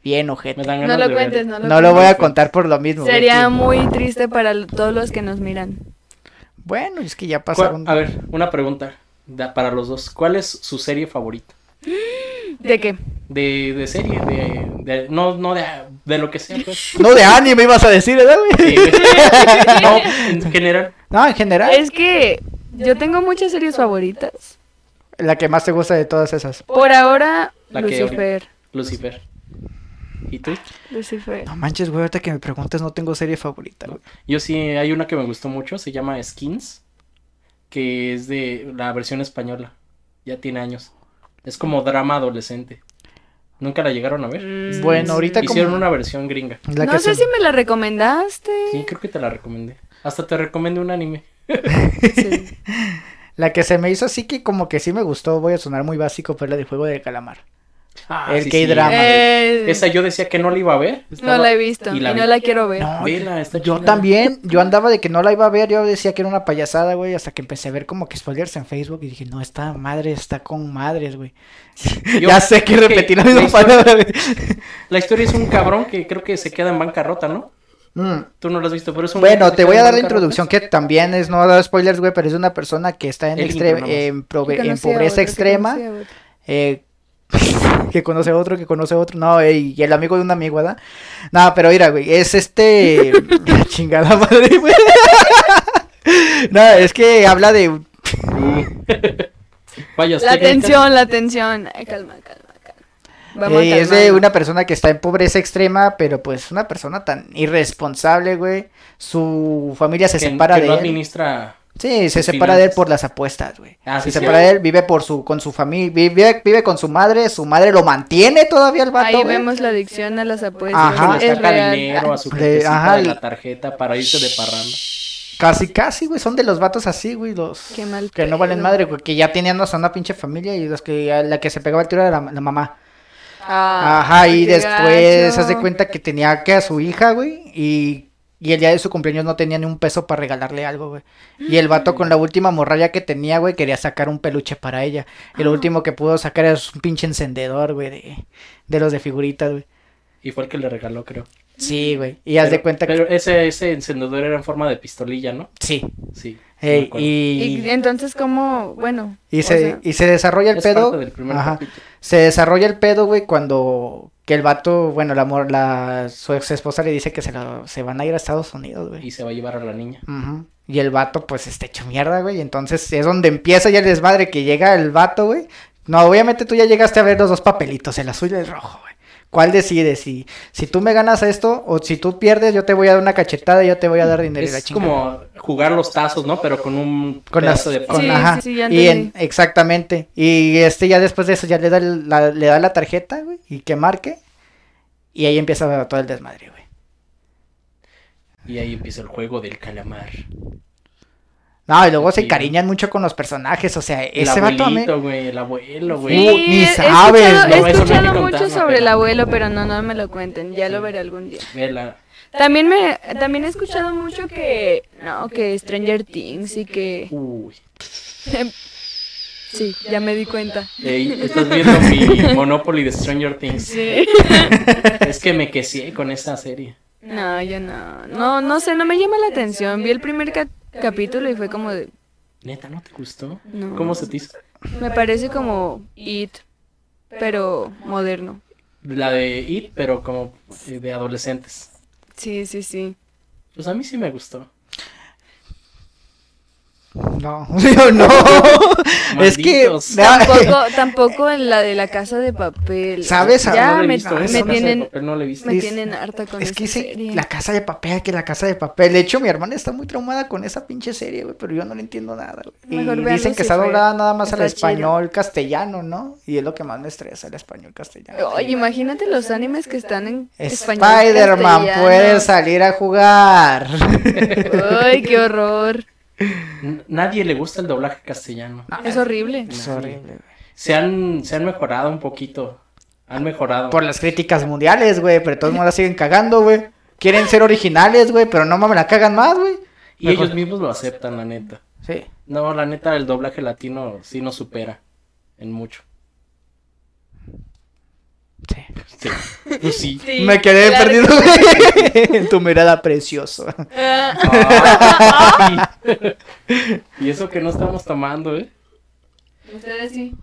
[SPEAKER 5] bien ojete
[SPEAKER 2] Me
[SPEAKER 1] No
[SPEAKER 2] dan ganas
[SPEAKER 1] lo
[SPEAKER 2] de ver.
[SPEAKER 1] cuentes, no lo
[SPEAKER 5] no lo voy
[SPEAKER 1] cuentes.
[SPEAKER 5] a contar por lo mismo güey,
[SPEAKER 1] Sería
[SPEAKER 5] que-
[SPEAKER 1] muy triste para l- todos los que nos miran.
[SPEAKER 5] bueno es que ya
[SPEAKER 2] ¿Cuál-
[SPEAKER 5] pasaron
[SPEAKER 2] A ver, una pregunta da- para los dos. ¿Cuál es su serie favorita?
[SPEAKER 1] ¿De qué?
[SPEAKER 2] De, de serie, de, de- no, no de, de lo que sea. pues.
[SPEAKER 5] No
[SPEAKER 2] [laughs]
[SPEAKER 5] de anime ibas a decir, ¿verdad,
[SPEAKER 2] Sí,
[SPEAKER 5] güey?
[SPEAKER 2] güey. no, en general.
[SPEAKER 5] No, en general,
[SPEAKER 1] Es que yo tengo muchas series favoritas.
[SPEAKER 5] la que más te gusta de todas esas.
[SPEAKER 1] Por ahora,
[SPEAKER 2] La que-
[SPEAKER 1] Lucifer.
[SPEAKER 2] Lucifer. ¿Y tú?
[SPEAKER 1] Lucifer.
[SPEAKER 5] No manches, güey, ahorita que me preguntes no tengo serie favorita, güey.
[SPEAKER 2] Yo sí, hay una que me gustó mucho, se llama Skins, que es de la versión española. Ya tiene años. Es como drama adolescente. ¿Nunca la llegaron a ver?
[SPEAKER 1] Mm,
[SPEAKER 5] Bueno, ahorita como...
[SPEAKER 2] Hicieron una versión gringa.
[SPEAKER 5] la
[SPEAKER 1] no
[SPEAKER 5] que
[SPEAKER 1] sé
[SPEAKER 5] se-
[SPEAKER 1] si me la recomendaste.
[SPEAKER 5] [laughs]
[SPEAKER 2] Sí, creo que te la recomendé. Hasta te recomendé un anime.
[SPEAKER 1] Sí.
[SPEAKER 5] La que se me hizo así que como que sí me gustó, voy a sonar muy básico, pero es la de Juego de Calamar.
[SPEAKER 2] Ah,
[SPEAKER 5] El K-drama.
[SPEAKER 1] Eh,
[SPEAKER 2] Esa yo decía que no la iba a ver. Estaba-
[SPEAKER 1] no la he visto
[SPEAKER 2] y
[SPEAKER 1] y,
[SPEAKER 2] la
[SPEAKER 1] no
[SPEAKER 2] vi.
[SPEAKER 1] la quiero ver.
[SPEAKER 5] No,
[SPEAKER 2] Vela, está
[SPEAKER 5] yo
[SPEAKER 2] chida.
[SPEAKER 5] también, yo andaba de que no la iba a ver, yo decía que era una payasada, güey, hasta que empecé a ver como que spoilers en Facebook y dije, no, esta madre está con madres, güey.
[SPEAKER 2] Yo-
[SPEAKER 5] ya sé que
[SPEAKER 2] es
[SPEAKER 5] repetí la misma
[SPEAKER 2] historia-
[SPEAKER 5] palabra. güey.
[SPEAKER 2] La historia es un cabrón que creo que se queda en bancarrota, ¿no?
[SPEAKER 5] Mm.
[SPEAKER 2] Tú no lo has visto, pero es un.
[SPEAKER 5] Bueno,
[SPEAKER 2] se
[SPEAKER 5] te
[SPEAKER 2] queda
[SPEAKER 5] voy
[SPEAKER 2] en
[SPEAKER 5] a dar la
[SPEAKER 2] bancarrota.
[SPEAKER 5] introducción que también es, no dar spoilers, güey, pero es de una persona que está en,
[SPEAKER 2] El
[SPEAKER 5] extre-
[SPEAKER 2] intro nomás.
[SPEAKER 5] en, prove-
[SPEAKER 1] Que
[SPEAKER 5] en
[SPEAKER 1] conocí a
[SPEAKER 5] pobreza
[SPEAKER 1] otro, que
[SPEAKER 5] extrema.
[SPEAKER 1] conocí a otro.
[SPEAKER 5] eh, [laughs] que conoce a otro, que conoce a otro, no, eh, y el amigo de un amigo, ¿verdad? No, pero mira, güey, es este. [laughs] La chingada madre, güey. [laughs] No, es que habla de.
[SPEAKER 2] Vaya,
[SPEAKER 1] La
[SPEAKER 2] Azteca,
[SPEAKER 1] tensión, la tensión. Ay, calma, calma, calma. Vamos
[SPEAKER 5] eh, es de
[SPEAKER 1] calmando.
[SPEAKER 5] una persona que está en pobreza extrema, pero pues una persona tan irresponsable, güey. Su familia se
[SPEAKER 2] que-
[SPEAKER 5] separa
[SPEAKER 2] que
[SPEAKER 5] de
[SPEAKER 2] no
[SPEAKER 5] él.
[SPEAKER 2] administra.
[SPEAKER 5] Sí, se
[SPEAKER 2] sus
[SPEAKER 5] separa de él
[SPEAKER 2] finanzas.
[SPEAKER 5] por las apuestas, güey.
[SPEAKER 2] Ah,
[SPEAKER 5] se
[SPEAKER 2] sí,
[SPEAKER 5] separa
[SPEAKER 2] sí.
[SPEAKER 5] de él, vive por su, con su familia, vive, vive con su madre, su madre lo mantiene todavía el vato,
[SPEAKER 1] Ahí
[SPEAKER 5] güey.
[SPEAKER 1] vemos la adicción a las apuestas.
[SPEAKER 5] Ajá.
[SPEAKER 2] le
[SPEAKER 1] es
[SPEAKER 2] saca
[SPEAKER 1] real.
[SPEAKER 2] dinero a su
[SPEAKER 5] Le-
[SPEAKER 2] jefecita
[SPEAKER 5] ajá,
[SPEAKER 2] de
[SPEAKER 5] le-
[SPEAKER 2] la tarjeta para irse de parranda.
[SPEAKER 5] Casi, casi, güey, son de los vatos así, güey, los
[SPEAKER 1] Qué mal
[SPEAKER 5] que no valen
[SPEAKER 1] pedo.
[SPEAKER 5] madre, güey, que ya tenían hasta una pinche familia y los que a la que se pegaba el tiro era la, la mamá.
[SPEAKER 1] Ah,
[SPEAKER 5] Ajá, y
[SPEAKER 1] qué
[SPEAKER 5] después
[SPEAKER 1] gacho.
[SPEAKER 5] se hace cuenta que tenía que a su hija, güey, y, y el día de su cumpleaños no tenía ni un peso para regalarle algo, güey. Y el vato
[SPEAKER 1] Mm.
[SPEAKER 5] con la última morralla que tenía, güey, quería sacar un peluche para ella.
[SPEAKER 1] Ah.
[SPEAKER 5] Y lo último que pudo sacar es un pinche encendedor, güey, de, de los de figuritas, güey.
[SPEAKER 2] Y fue el que le regaló, creo.
[SPEAKER 1] Mm.
[SPEAKER 5] Sí, güey. Y haz de
[SPEAKER 2] Pero-
[SPEAKER 5] cuenta
[SPEAKER 2] Pero
[SPEAKER 5] que...
[SPEAKER 2] ese, ese encendedor era en forma de pistolilla, ¿no?
[SPEAKER 5] Sí.
[SPEAKER 2] Sí. sí
[SPEAKER 5] Ey,
[SPEAKER 2] me acuerdo.
[SPEAKER 1] Y
[SPEAKER 5] y,
[SPEAKER 1] entonces, ¿cómo? Bueno.
[SPEAKER 5] y,
[SPEAKER 1] o
[SPEAKER 5] se,
[SPEAKER 1] sea,
[SPEAKER 5] y se desarrolla el
[SPEAKER 2] Es
[SPEAKER 5] pedo.
[SPEAKER 2] parte del primer
[SPEAKER 5] Ajá.
[SPEAKER 2] capítulo.
[SPEAKER 5] Se desarrolla el pedo, güey, cuando que el vato, bueno, la, mor- la su ex esposa le dice que se, lo- se van a ir a Estados Unidos, güey.
[SPEAKER 2] Y se va a llevar a la niña.
[SPEAKER 5] Ujú. Y el vato, pues, está hecho mierda, güey. Entonces es donde empieza ya el desmadre que llega el vato, güey. No, obviamente tú ya llegaste a ver los dos papelitos, el azul y el rojo, güey. ¿Cuál decides? Si, si tú me ganas esto o si tú pierdes, yo te voy a dar una cachetada y yo te voy a dar dinero. y la
[SPEAKER 2] Es
[SPEAKER 5] chingada.
[SPEAKER 2] como jugar los tazos, ¿no? Pero con un
[SPEAKER 5] Con las,
[SPEAKER 2] pedazo de
[SPEAKER 5] con-
[SPEAKER 2] pan.
[SPEAKER 1] Sí,
[SPEAKER 5] ajá.
[SPEAKER 1] sí, sí, ya
[SPEAKER 5] y en-
[SPEAKER 1] entendí.
[SPEAKER 5] exactamente. Y este ya después de eso ya le da el- la, le da la tarjeta, güey, y que marque. Y ahí empieza todo el desmadre, güey.
[SPEAKER 2] Y ahí empieza el juego del calamar.
[SPEAKER 5] No, y luego se
[SPEAKER 2] Sí.
[SPEAKER 5] cariñan mucho con los personajes, o sea,
[SPEAKER 2] El
[SPEAKER 5] ese vato a mí-
[SPEAKER 2] abuelito, güey. El abuelo,
[SPEAKER 1] Sí,
[SPEAKER 2] güey.
[SPEAKER 5] ni
[SPEAKER 1] he escuchado-
[SPEAKER 2] no,
[SPEAKER 5] sabes,
[SPEAKER 2] eso
[SPEAKER 1] he
[SPEAKER 2] no
[SPEAKER 1] escuchado
[SPEAKER 2] hay que
[SPEAKER 1] mucho
[SPEAKER 2] contarlo,
[SPEAKER 1] sobre el
[SPEAKER 2] pero-
[SPEAKER 1] abuelo, pero no, no me lo cuenten. Ya lo veré algún día.
[SPEAKER 2] Vela.
[SPEAKER 1] También me, también he escuchado mucho que, no, que Stranger Things y que, [laughs]
[SPEAKER 2] Uy.
[SPEAKER 1] sí, ya me di cuenta.
[SPEAKER 2] Ey, estás viendo
[SPEAKER 1] [laughs]
[SPEAKER 2] mi Monopoly de Stranger Things.
[SPEAKER 1] Sí.
[SPEAKER 2] Es que me quesié con esa serie.
[SPEAKER 1] No, yo no, no, no sé, no me llama la atención. Vi el primer ca- capítulo y fue como, de,
[SPEAKER 2] Neta, ¿no te gustó?
[SPEAKER 1] No.
[SPEAKER 2] ¿Cómo se te hizo?
[SPEAKER 1] me parece como It, pero moderno.
[SPEAKER 2] La de It, pero como eh, de adolescentes.
[SPEAKER 1] Sí, sí, sí.
[SPEAKER 2] Pues a mí sí me gustó.
[SPEAKER 5] No, [laughs] yo no. es que.
[SPEAKER 2] Malditos.
[SPEAKER 1] Tampoco, tampoco en la de la casa de papel.
[SPEAKER 5] ¿Sabes?
[SPEAKER 1] Ya
[SPEAKER 2] no la he
[SPEAKER 1] me,
[SPEAKER 2] visto,
[SPEAKER 1] me
[SPEAKER 2] esa Casa de
[SPEAKER 1] tienen,
[SPEAKER 2] Papel no la he visto.
[SPEAKER 1] me
[SPEAKER 5] Es-
[SPEAKER 1] tienen harta con
[SPEAKER 5] [laughs] Es que
[SPEAKER 1] esa
[SPEAKER 5] sí,
[SPEAKER 1] serie.
[SPEAKER 5] la casa de papel, que la casa de papel. De hecho, mi hermana está muy traumada con esa pinche serie, güey, pero yo no le entiendo nada, güey.
[SPEAKER 1] Mejor
[SPEAKER 5] Y
[SPEAKER 1] vean
[SPEAKER 5] dicen que está
[SPEAKER 1] Lucifer,
[SPEAKER 5] doblada nada más al
[SPEAKER 1] está chido.
[SPEAKER 5] español castellano, ¿no? Y es lo que más me estresa, el español castellano.
[SPEAKER 1] Oye, imagínate los animes que están en español.
[SPEAKER 5] Spider-Man pues.
[SPEAKER 1] castellano.
[SPEAKER 5] puede salir a jugar.
[SPEAKER 1] Ay, qué
[SPEAKER 5] [laughs]
[SPEAKER 1] horror.
[SPEAKER 2] N- Nadie le gusta el doblaje castellano.
[SPEAKER 1] Es horrible.
[SPEAKER 5] es horrible, güey.
[SPEAKER 2] Se han, se han mejorado un poquito. Han mejorado.
[SPEAKER 5] Por las críticas mundiales, güey, pero de todos modos la siguen cagando, güey. Quieren ser originales, güey, pero no mames, la cagan más, güey.
[SPEAKER 2] Y
[SPEAKER 5] mejor.
[SPEAKER 2] ellos mismos lo aceptan, la neta.
[SPEAKER 5] Sí.
[SPEAKER 2] No, la neta, el doblaje latino sí nos supera. En mucho.
[SPEAKER 5] Sí.
[SPEAKER 2] Sí. Pues sí.
[SPEAKER 5] Me quedé
[SPEAKER 1] claro [laughs]
[SPEAKER 5] perdido
[SPEAKER 1] que
[SPEAKER 5] güey, [laughs] en tu mirada preciosa.
[SPEAKER 2] Ah. y eso que no estamos tomando, ¿eh?
[SPEAKER 1] sí. Ustedes sí.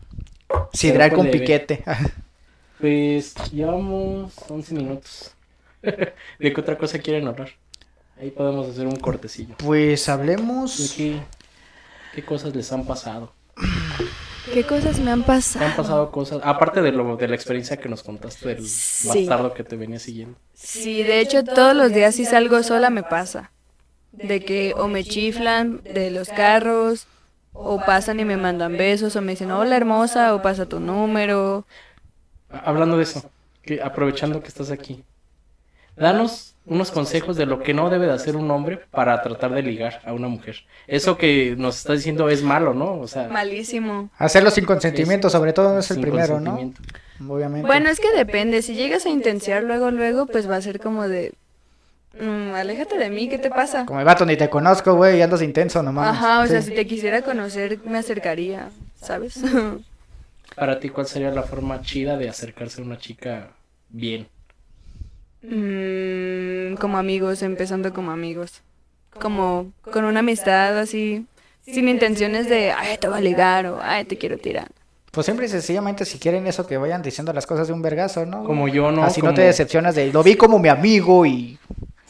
[SPEAKER 5] Sidral
[SPEAKER 2] Pero
[SPEAKER 5] con
[SPEAKER 2] fue leve.
[SPEAKER 5] piquete. [laughs]
[SPEAKER 2] Pues llevamos 11 minutos. [laughs] ¿De qué otra cosa quieren hablar? Ahí podemos hacer un cortecillo.
[SPEAKER 5] Pues
[SPEAKER 2] ¿De
[SPEAKER 5] hablemos.
[SPEAKER 2] qué, qué cosas les han pasado?
[SPEAKER 1] ¿Qué cosas me han
[SPEAKER 2] ¿Te han
[SPEAKER 1] pasado?
[SPEAKER 2] pasado cosas? Aparte de, lo, de la experiencia que nos contaste del
[SPEAKER 1] Sí.
[SPEAKER 2] bastardo que te venía siguiendo.
[SPEAKER 1] Sí, de hecho todos los días si salgo sola me pasa. De que o me chiflan de los carros O pasan y me mandan besos, o me dicen, hola hermosa, o pasa tu número.
[SPEAKER 2] Hablando de eso, que aprovechando que estás aquí, danos unos consejos de lo que no debe de hacer un hombre para tratar de ligar a una mujer. Eso que nos estás diciendo es malo, ¿no? O sea,
[SPEAKER 1] Malísimo.
[SPEAKER 5] Hacerlo sin consentimiento, sobre todo, no es el
[SPEAKER 2] sin
[SPEAKER 5] primero, ¿no?
[SPEAKER 2] consentimiento.
[SPEAKER 5] Obviamente.
[SPEAKER 1] Bueno, es que depende. Si llegas a intenciar luego, luego, pues va a ser como de. "Mm, aléjate de mí, ¿qué te pasa?
[SPEAKER 5] Como el vato ni te conozco, güey, y andas intenso nomás.
[SPEAKER 1] Ajá, o sea, si te quisiera conocer, me acercaría, ¿sabes? [laughs]
[SPEAKER 2] Para ti, ¿cuál sería la forma chida de acercarse a una chica bien?
[SPEAKER 1] Mm, como amigos, empezando como amigos. Como con una amistad así, sin intenciones de, ay, te voy a ligar o ay, te quiero tirar.
[SPEAKER 5] Pues siempre y sencillamente, si quieren eso, que vayan diciendo las cosas de un vergazo, ¿no?
[SPEAKER 2] Como yo, ¿no?
[SPEAKER 5] Así no
[SPEAKER 2] Como-
[SPEAKER 5] te decepcionas de, lo vi como mi amigo y,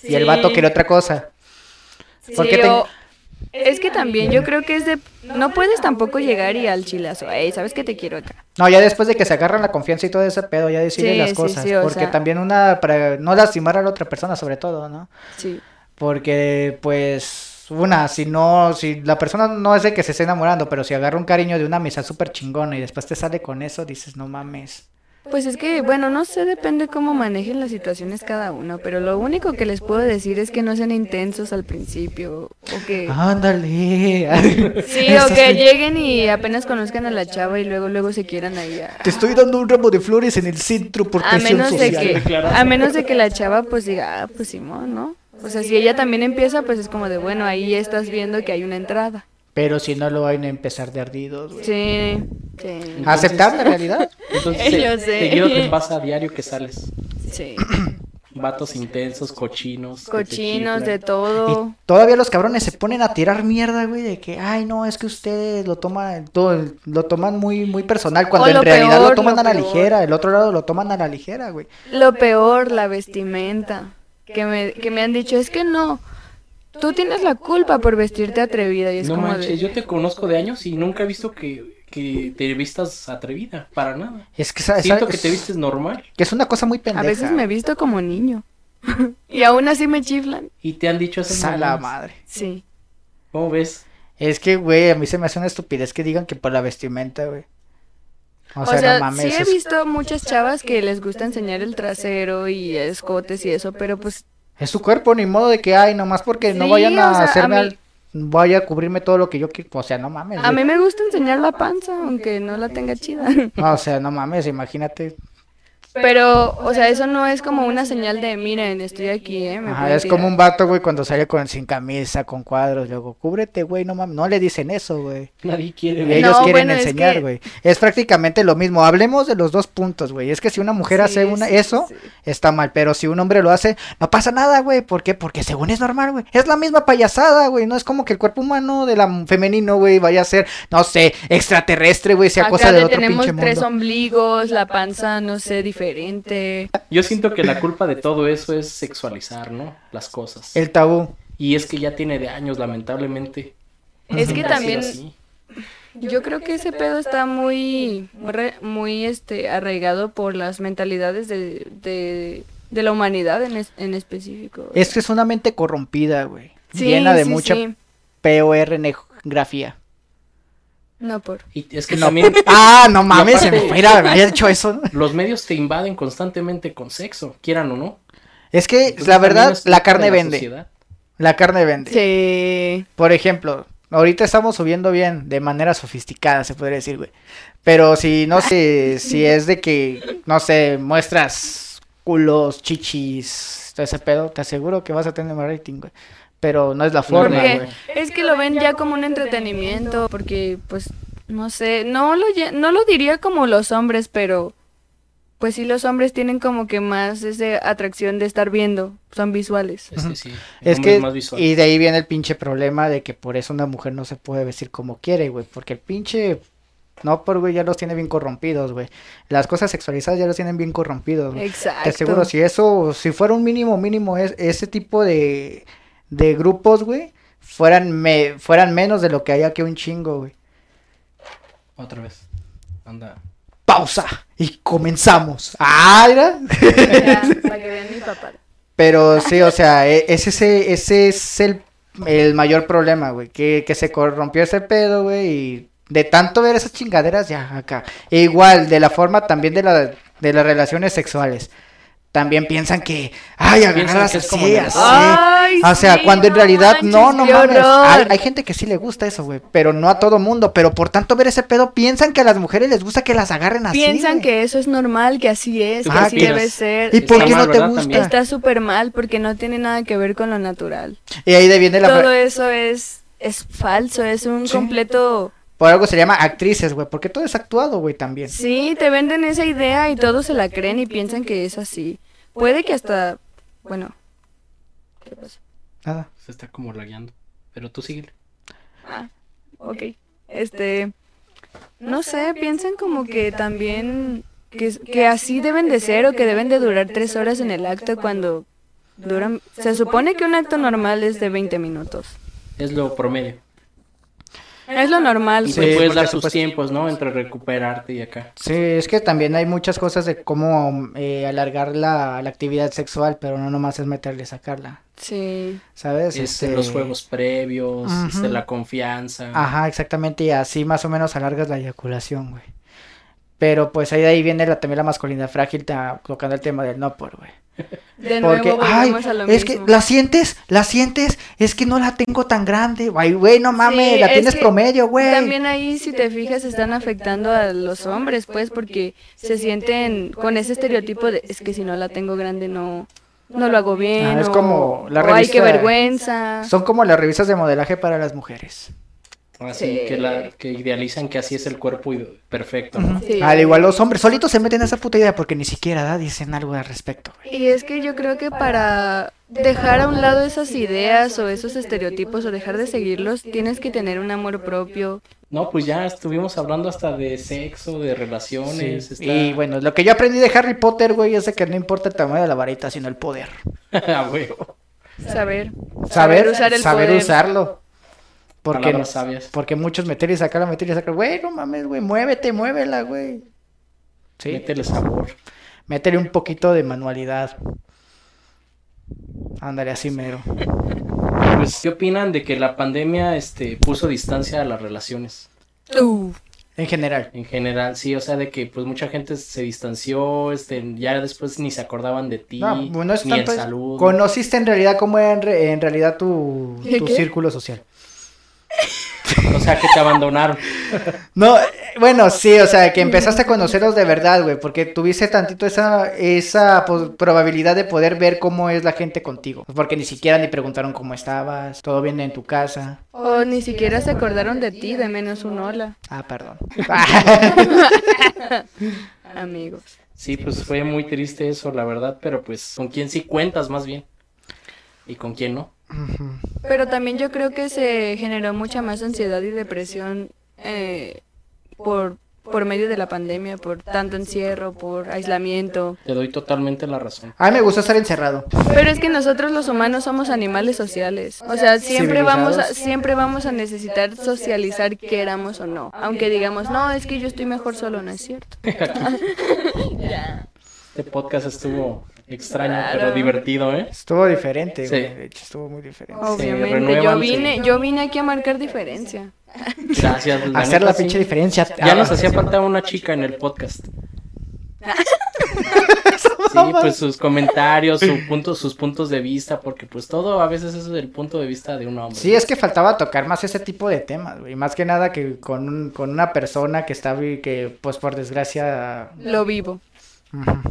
[SPEAKER 5] y el vato
[SPEAKER 1] Sí.
[SPEAKER 5] quiere otra cosa. ¿Por
[SPEAKER 1] Sí,
[SPEAKER 5] qué te-
[SPEAKER 1] o- Es que también yo creo que es de... No puedes tampoco llegar y al chilazo, hey, ¿sabes que te quiero acá?
[SPEAKER 5] No, ya después de que se agarran la confianza y todo ese pedo, ya decirle
[SPEAKER 1] Sí,
[SPEAKER 5] las
[SPEAKER 1] sí,
[SPEAKER 5] cosas.
[SPEAKER 1] sí, o
[SPEAKER 5] porque
[SPEAKER 1] sea-
[SPEAKER 5] también una, para no lastimar a la otra persona, sobre todo, ¿no?
[SPEAKER 1] Sí.
[SPEAKER 5] Porque, pues, una, si no, si la persona no es de que se esté enamorando, pero si agarra un cariño de una amistad súper chingona y después te sale con eso, dices, no mames.
[SPEAKER 1] Pues es que, bueno, no sé, depende cómo manejen las situaciones cada uno, pero lo único que les puedo decir es que no sean intensos al principio o que...
[SPEAKER 5] Ándale.
[SPEAKER 1] Ah,
[SPEAKER 5] [laughs]
[SPEAKER 1] Sí, o que lleguen y apenas conozcan a la chava y luego luego se quieran ahí a...
[SPEAKER 5] Te estoy dando un ramo de flores en el centro por
[SPEAKER 1] A
[SPEAKER 5] presión
[SPEAKER 1] menos de
[SPEAKER 5] social.
[SPEAKER 1] que, a menos de que la chava pues diga, ah, pues Simón, ¿no? O sea, si ella también empieza, pues es como de, bueno, ahí estás viendo que hay una entrada.
[SPEAKER 5] Pero si no lo van a empezar de ardidos, güey.
[SPEAKER 1] Sí, Ah, sí,
[SPEAKER 5] Aceptar la realidad.
[SPEAKER 2] Entonces,
[SPEAKER 1] [laughs] Yo
[SPEAKER 2] te,
[SPEAKER 1] sé.
[SPEAKER 2] seguido te pasa a diario que sales.
[SPEAKER 1] sí.
[SPEAKER 2] Vatos intensos, cochinos. que te
[SPEAKER 1] Cochinos, de
[SPEAKER 2] chiflan.
[SPEAKER 1] todo.
[SPEAKER 5] [laughs] Y todavía los cabrones se ponen a tirar mierda, güey, de que, ay, no, es que ustedes lo toman, todo, lo toman muy, muy personal, cuando
[SPEAKER 1] O
[SPEAKER 5] en
[SPEAKER 1] lo
[SPEAKER 5] realidad lo
[SPEAKER 1] peor,
[SPEAKER 5] toman
[SPEAKER 1] lo
[SPEAKER 5] a la
[SPEAKER 1] peor.
[SPEAKER 5] ligera, el otro lado lo toman a la ligera, güey.
[SPEAKER 1] Lo peor, la vestimenta. Que me, que me han dicho, es que no, tú tienes la culpa por vestirte atrevida. Y es
[SPEAKER 2] No
[SPEAKER 1] como
[SPEAKER 2] manches,
[SPEAKER 1] de...
[SPEAKER 2] yo te conozco de años y nunca he visto que, que te vistas atrevida, para nada.
[SPEAKER 5] Es que, esa-
[SPEAKER 2] Siento
[SPEAKER 5] esa-
[SPEAKER 2] que te vistes normal
[SPEAKER 5] que es una cosa muy pendeja.
[SPEAKER 1] A veces me he visto como niño. [laughs] y aún así me chiflan.
[SPEAKER 2] y te han dicho esas
[SPEAKER 5] A la
[SPEAKER 2] mamadas.
[SPEAKER 5] madre.
[SPEAKER 1] Sí.
[SPEAKER 2] ¿Cómo ves?
[SPEAKER 5] Es que, güey, a mí se me hace una estupidez que digan que por la vestimenta, güey. O,
[SPEAKER 1] O
[SPEAKER 5] sea,
[SPEAKER 1] sea,
[SPEAKER 5] no mames.
[SPEAKER 1] sí he
[SPEAKER 5] es-
[SPEAKER 1] visto muchas chavas que les gusta enseñar el trasero y escotes y eso, pero pues
[SPEAKER 5] Es su cuerpo, ni modo de que, ay, nomás porque no
[SPEAKER 1] Sí,
[SPEAKER 5] vayan a
[SPEAKER 1] o sea, a
[SPEAKER 5] hacerme,
[SPEAKER 1] mí-
[SPEAKER 5] al- vaya a cubrirme todo lo que yo quiero. O sea, no mames.
[SPEAKER 1] a
[SPEAKER 5] güey.
[SPEAKER 1] mí me gusta enseñar la panza, aunque no la tenga chida. [laughs]
[SPEAKER 5] O sea, no mames, imagínate.
[SPEAKER 1] Pero, o sea, eso no es como una señal de, miren, estoy aquí, ¿eh? Me
[SPEAKER 5] Ajá,
[SPEAKER 1] pueden
[SPEAKER 5] es como
[SPEAKER 1] tirar".
[SPEAKER 5] un vato, güey, cuando sale con, sin camisa, con cuadros, luego, cúbrete, güey, no mames. No le dicen eso, güey.
[SPEAKER 2] Nadie quiere
[SPEAKER 5] Y
[SPEAKER 2] ver.
[SPEAKER 5] ellos
[SPEAKER 1] No,
[SPEAKER 5] quieren
[SPEAKER 1] bueno, es
[SPEAKER 5] enseñar,
[SPEAKER 1] que-
[SPEAKER 5] güey. Es, prácticamente lo mismo. Hablemos de los dos puntos, güey. Es que si una mujer
[SPEAKER 1] Sí,
[SPEAKER 5] hace una,
[SPEAKER 1] sí,
[SPEAKER 5] eso,
[SPEAKER 1] sí.
[SPEAKER 5] está mal. Pero si un hombre lo hace, no pasa nada, güey. ¿Por qué? Porque según es normal, güey. Es la misma payasada, güey. No es como que el cuerpo humano de la m- femenino, güey, vaya a ser, no sé, extraterrestre, güey, sea
[SPEAKER 1] Acá
[SPEAKER 5] cosa
[SPEAKER 1] le
[SPEAKER 5] de otro
[SPEAKER 1] tenemos
[SPEAKER 5] pinche mundo.
[SPEAKER 1] tres ombligos, la panza, no sé, diferente.
[SPEAKER 2] Yo siento que la culpa de todo eso es sexualizar, ¿no? Las cosas.
[SPEAKER 5] El tabú.
[SPEAKER 2] Y es que ya tiene de años, lamentablemente.
[SPEAKER 1] Es que
[SPEAKER 2] Siempre ha sido
[SPEAKER 1] también,
[SPEAKER 2] así.
[SPEAKER 1] yo creo que ese pedo está muy, re- muy este, arraigado por las mentalidades de, de, de la humanidad en, es- en específico. güey.
[SPEAKER 5] Es que es una mente corrompida, güey.
[SPEAKER 1] Sí,
[SPEAKER 5] llena de
[SPEAKER 1] sí,
[SPEAKER 5] mucha
[SPEAKER 1] sí.
[SPEAKER 5] PORNografía.
[SPEAKER 1] No por.
[SPEAKER 2] Y es que también
[SPEAKER 5] Ah, no mames, se
[SPEAKER 2] aparte-
[SPEAKER 5] me fuera, me había dicho eso.
[SPEAKER 2] los medios te invaden constantemente con sexo, quieran o no.
[SPEAKER 5] Es que
[SPEAKER 2] Entonces,
[SPEAKER 5] la
[SPEAKER 2] también
[SPEAKER 5] verdad,
[SPEAKER 2] es
[SPEAKER 5] la
[SPEAKER 2] culpa de
[SPEAKER 5] carne vende.
[SPEAKER 2] sociedad.
[SPEAKER 5] La carne vende.
[SPEAKER 1] Sí.
[SPEAKER 5] Por ejemplo, ahorita estamos subiendo bien, de manera sofisticada, se podría decir, güey. Pero si no sé, si es de que, no sé, muestras culos, chichis, todo ese pedo, te aseguro que vas a tener más rating, güey. Pero no es la forma,
[SPEAKER 2] Porque-
[SPEAKER 5] güey.
[SPEAKER 1] Es que lo ven ya como un entretenimiento, porque pues no sé, no lo lle- no lo diría como los hombres, pero pues sí los hombres tienen como que más esa atracción de estar viendo, son visuales.
[SPEAKER 2] Este sí, el
[SPEAKER 5] Es
[SPEAKER 2] hombre
[SPEAKER 5] que,
[SPEAKER 2] más visual.
[SPEAKER 5] y de ahí viene el pinche problema de que por eso una mujer no se puede vestir como quiere, güey. Porque el pinche, no, por güey, ya los tiene bien corrompidos, güey. Las cosas sexualizadas ya los tienen bien corrompidos, güey.
[SPEAKER 1] Exacto.
[SPEAKER 5] Te aseguro, si eso, si fuera un mínimo, mínimo, es, ese tipo de, de grupos, güey, fueran, me, fueran menos de lo que hay aquí un chingo, güey.
[SPEAKER 2] Otra vez. Anda.
[SPEAKER 5] Pausa y comenzamos. Ah, mira.
[SPEAKER 1] Ya, para que vean mi papá.
[SPEAKER 5] Pero sí, o sea, e- es ese, ese es el el mayor problema, güey. Que, que se corrompió ese pedo, güey. Y de tanto ver esas chingaderas, ya acá. E igual, de la forma también de, la, de las relaciones sexuales. También piensan que, ay,
[SPEAKER 2] Piensan
[SPEAKER 5] agarras
[SPEAKER 2] que es
[SPEAKER 5] así,
[SPEAKER 2] como de-
[SPEAKER 5] así.
[SPEAKER 1] Ay,
[SPEAKER 5] o sea,
[SPEAKER 1] sí,
[SPEAKER 5] cuando en
[SPEAKER 1] no
[SPEAKER 5] realidad no,
[SPEAKER 1] manches,
[SPEAKER 5] no
[SPEAKER 1] qué
[SPEAKER 5] mames.
[SPEAKER 1] horror.
[SPEAKER 5] Hay, hay gente que sí le gusta eso, güey. Pero no a todo mundo. Pero por tanto ver ese pedo, piensan que a las mujeres les gusta que las agarren así.
[SPEAKER 1] Piensan
[SPEAKER 5] güey.
[SPEAKER 1] que eso es normal, que así es,
[SPEAKER 2] ¿Tú
[SPEAKER 1] que
[SPEAKER 5] qué
[SPEAKER 1] así
[SPEAKER 2] opinas?
[SPEAKER 1] debe ser.
[SPEAKER 5] ¿Y por
[SPEAKER 2] Está
[SPEAKER 5] qué
[SPEAKER 2] mal,
[SPEAKER 5] no te
[SPEAKER 2] ¿verdad?
[SPEAKER 5] gusta?
[SPEAKER 2] También.
[SPEAKER 1] Está súper mal porque no tiene nada que ver con lo natural.
[SPEAKER 5] Y ahí de viene la. fra-
[SPEAKER 1] Todo eso es, es falso, es un
[SPEAKER 5] Sí.
[SPEAKER 1] completo...
[SPEAKER 5] Por algo se llama actrices, güey. Porque todo es actuado, güey, también.
[SPEAKER 1] Sí, te venden esa idea y todos se la creen y piensan que es así. Puede que hasta... Bueno. ¿Qué pasó?
[SPEAKER 5] Nada.
[SPEAKER 2] Se está como lagueando. Pero tú síguele.
[SPEAKER 1] Ah, ok. Este, no sé, piensan como que también que, que así deben de ser o que deben de durar tres horas en el acto cuando duran... Se supone que un acto normal es de 20 minutos.
[SPEAKER 2] Es lo promedio.
[SPEAKER 1] Es lo normal.
[SPEAKER 2] Y
[SPEAKER 5] Sí,
[SPEAKER 2] te puedes
[SPEAKER 5] porque
[SPEAKER 2] dar sus
[SPEAKER 5] supuesto-
[SPEAKER 2] tiempos, ¿no? Entre recuperarte y acá.
[SPEAKER 5] Sí, es que también hay muchas cosas de cómo eh, alargar la, la actividad sexual, pero no nomás es meterle y sacarla,
[SPEAKER 1] Sí.
[SPEAKER 5] ¿sabes?
[SPEAKER 2] Este,
[SPEAKER 5] Este, Ah,
[SPEAKER 2] Los juegos previos,
[SPEAKER 5] Ajá.
[SPEAKER 2] este, la confianza.
[SPEAKER 5] Ajá, exactamente, y así más o menos alargas la eyaculación, güey. Pero pues ahí de ahí viene la, también la masculinidad frágil, ta- tocando el tema del no por, güey.
[SPEAKER 1] De nuevo
[SPEAKER 5] Porque, ay,
[SPEAKER 1] volvemos a lo
[SPEAKER 5] es
[SPEAKER 1] mismo.
[SPEAKER 5] que la sientes, la sientes, es que no la tengo tan grande, ay, güey, no mames,
[SPEAKER 1] Sí,
[SPEAKER 5] la
[SPEAKER 1] es
[SPEAKER 5] tienes
[SPEAKER 1] que
[SPEAKER 5] promedio, güey.
[SPEAKER 1] También ahí, si te fijas, están afectando a los hombres, pues, porque se sienten con ese estereotipo de es que si no la tengo grande no, no lo hago bien.
[SPEAKER 5] Ah, es
[SPEAKER 1] o-
[SPEAKER 5] como la
[SPEAKER 1] o, ay, qué
[SPEAKER 5] revista-
[SPEAKER 1] vergüenza.
[SPEAKER 5] Son como las revistas de modelaje para las mujeres.
[SPEAKER 2] Así
[SPEAKER 1] Sí.
[SPEAKER 2] que, la, que idealizan que así es el cuerpo y- perfecto. ¿no?
[SPEAKER 5] Ujú.
[SPEAKER 1] Sí.
[SPEAKER 5] Al igual los hombres solitos se meten a esa puta idea porque ni siquiera ¿da? dicen algo al respecto, güey.
[SPEAKER 1] Y es que yo creo que para dejar a un lado esas ideas o esos estereotipos o dejar de seguirlos, tienes que tener un amor propio.
[SPEAKER 2] No, pues ya estuvimos hablando hasta de sexo, de relaciones.
[SPEAKER 5] Sí,
[SPEAKER 2] está- [laughs]
[SPEAKER 5] Y bueno, lo que yo aprendí de Harry Potter, güey, es de que no importa el tamaño de la varita, sino el poder.
[SPEAKER 2] A huevo.
[SPEAKER 1] Saber.
[SPEAKER 5] Saber,
[SPEAKER 1] usar el
[SPEAKER 5] saber
[SPEAKER 1] poder.
[SPEAKER 5] usarlo. Porque,
[SPEAKER 2] Palabras sabias.
[SPEAKER 5] porque muchos meter y sacarla, meter y sacarla. Güey, no mames, güey, muévete, muévela, güey. Sí,
[SPEAKER 2] Métele sabor.
[SPEAKER 5] métele un poquito de manualidad. Ándale, así mero.
[SPEAKER 2] Pues, ¿qué opinan de que la pandemia este, puso distancia a las relaciones?
[SPEAKER 1] Tú.
[SPEAKER 5] En general.
[SPEAKER 2] En general, sí, o sea, de que pues mucha gente se distanció, este, ya después ni se acordaban de ti,
[SPEAKER 5] No, no es
[SPEAKER 2] ni en
[SPEAKER 5] tanto eso.
[SPEAKER 2] salud.
[SPEAKER 5] Conociste en realidad cómo era en, re- en realidad tu,
[SPEAKER 1] ¿Qué,
[SPEAKER 5] tu
[SPEAKER 1] qué?
[SPEAKER 5] círculo social.
[SPEAKER 2] [laughs] O sea, que te abandonaron.
[SPEAKER 5] No, eh, bueno, sí, o sea, que empezaste a conocerlos de verdad, güey, porque tuviste tantito esa, esa po- probabilidad de poder ver cómo es la gente contigo. Porque ni siquiera ni preguntaron cómo estabas, todo bien en tu casa.
[SPEAKER 1] O ni siquiera se acordaron de ti, de menos un hola,
[SPEAKER 5] Ah, [laughs] perdón.
[SPEAKER 1] amigos.
[SPEAKER 2] Sí, pues fue muy triste eso, la verdad, pero pues con quién sí cuentas más bien y con quién no.
[SPEAKER 5] Ujú.
[SPEAKER 1] Pero también yo creo que se generó mucha más ansiedad y depresión eh, por, por medio de la pandemia, por tanto encierro, por aislamiento.
[SPEAKER 2] Te doy totalmente la razón.
[SPEAKER 5] A mí me gusta estar encerrado.
[SPEAKER 1] Pero es que nosotros los humanos somos animales sociales. O sea, siempre vamos a,
[SPEAKER 5] Civilizados.
[SPEAKER 1] siempre vamos a necesitar socializar queramos o no. Aunque digamos, no, es que yo estoy mejor solo, no es cierto.
[SPEAKER 2] Este podcast estuvo extraño,
[SPEAKER 1] Claro.
[SPEAKER 2] pero divertido, ¿eh?
[SPEAKER 5] Estuvo diferente,
[SPEAKER 2] Sí.
[SPEAKER 5] güey. De hecho, estuvo muy diferente.
[SPEAKER 1] Obviamente, yo
[SPEAKER 2] renuévanse.
[SPEAKER 1] vine, yo vine aquí a marcar diferencia.
[SPEAKER 2] Gracias. pues,
[SPEAKER 5] Hacer la
[SPEAKER 2] neta,
[SPEAKER 5] pinche
[SPEAKER 2] sí.
[SPEAKER 5] diferencia.
[SPEAKER 2] Ya nos hacía falta una chica en el podcast.
[SPEAKER 1] [laughs]
[SPEAKER 2] Sí, pues sus comentarios, su punto, sus puntos de vista, porque pues todo a veces es el punto de vista de un hombre.
[SPEAKER 5] Sí, es que faltaba tocar más ese tipo de temas, güey. Más que nada que con, un- con una persona que está, vi- que pues por desgracia...
[SPEAKER 1] Lo vivo.
[SPEAKER 5] ujú.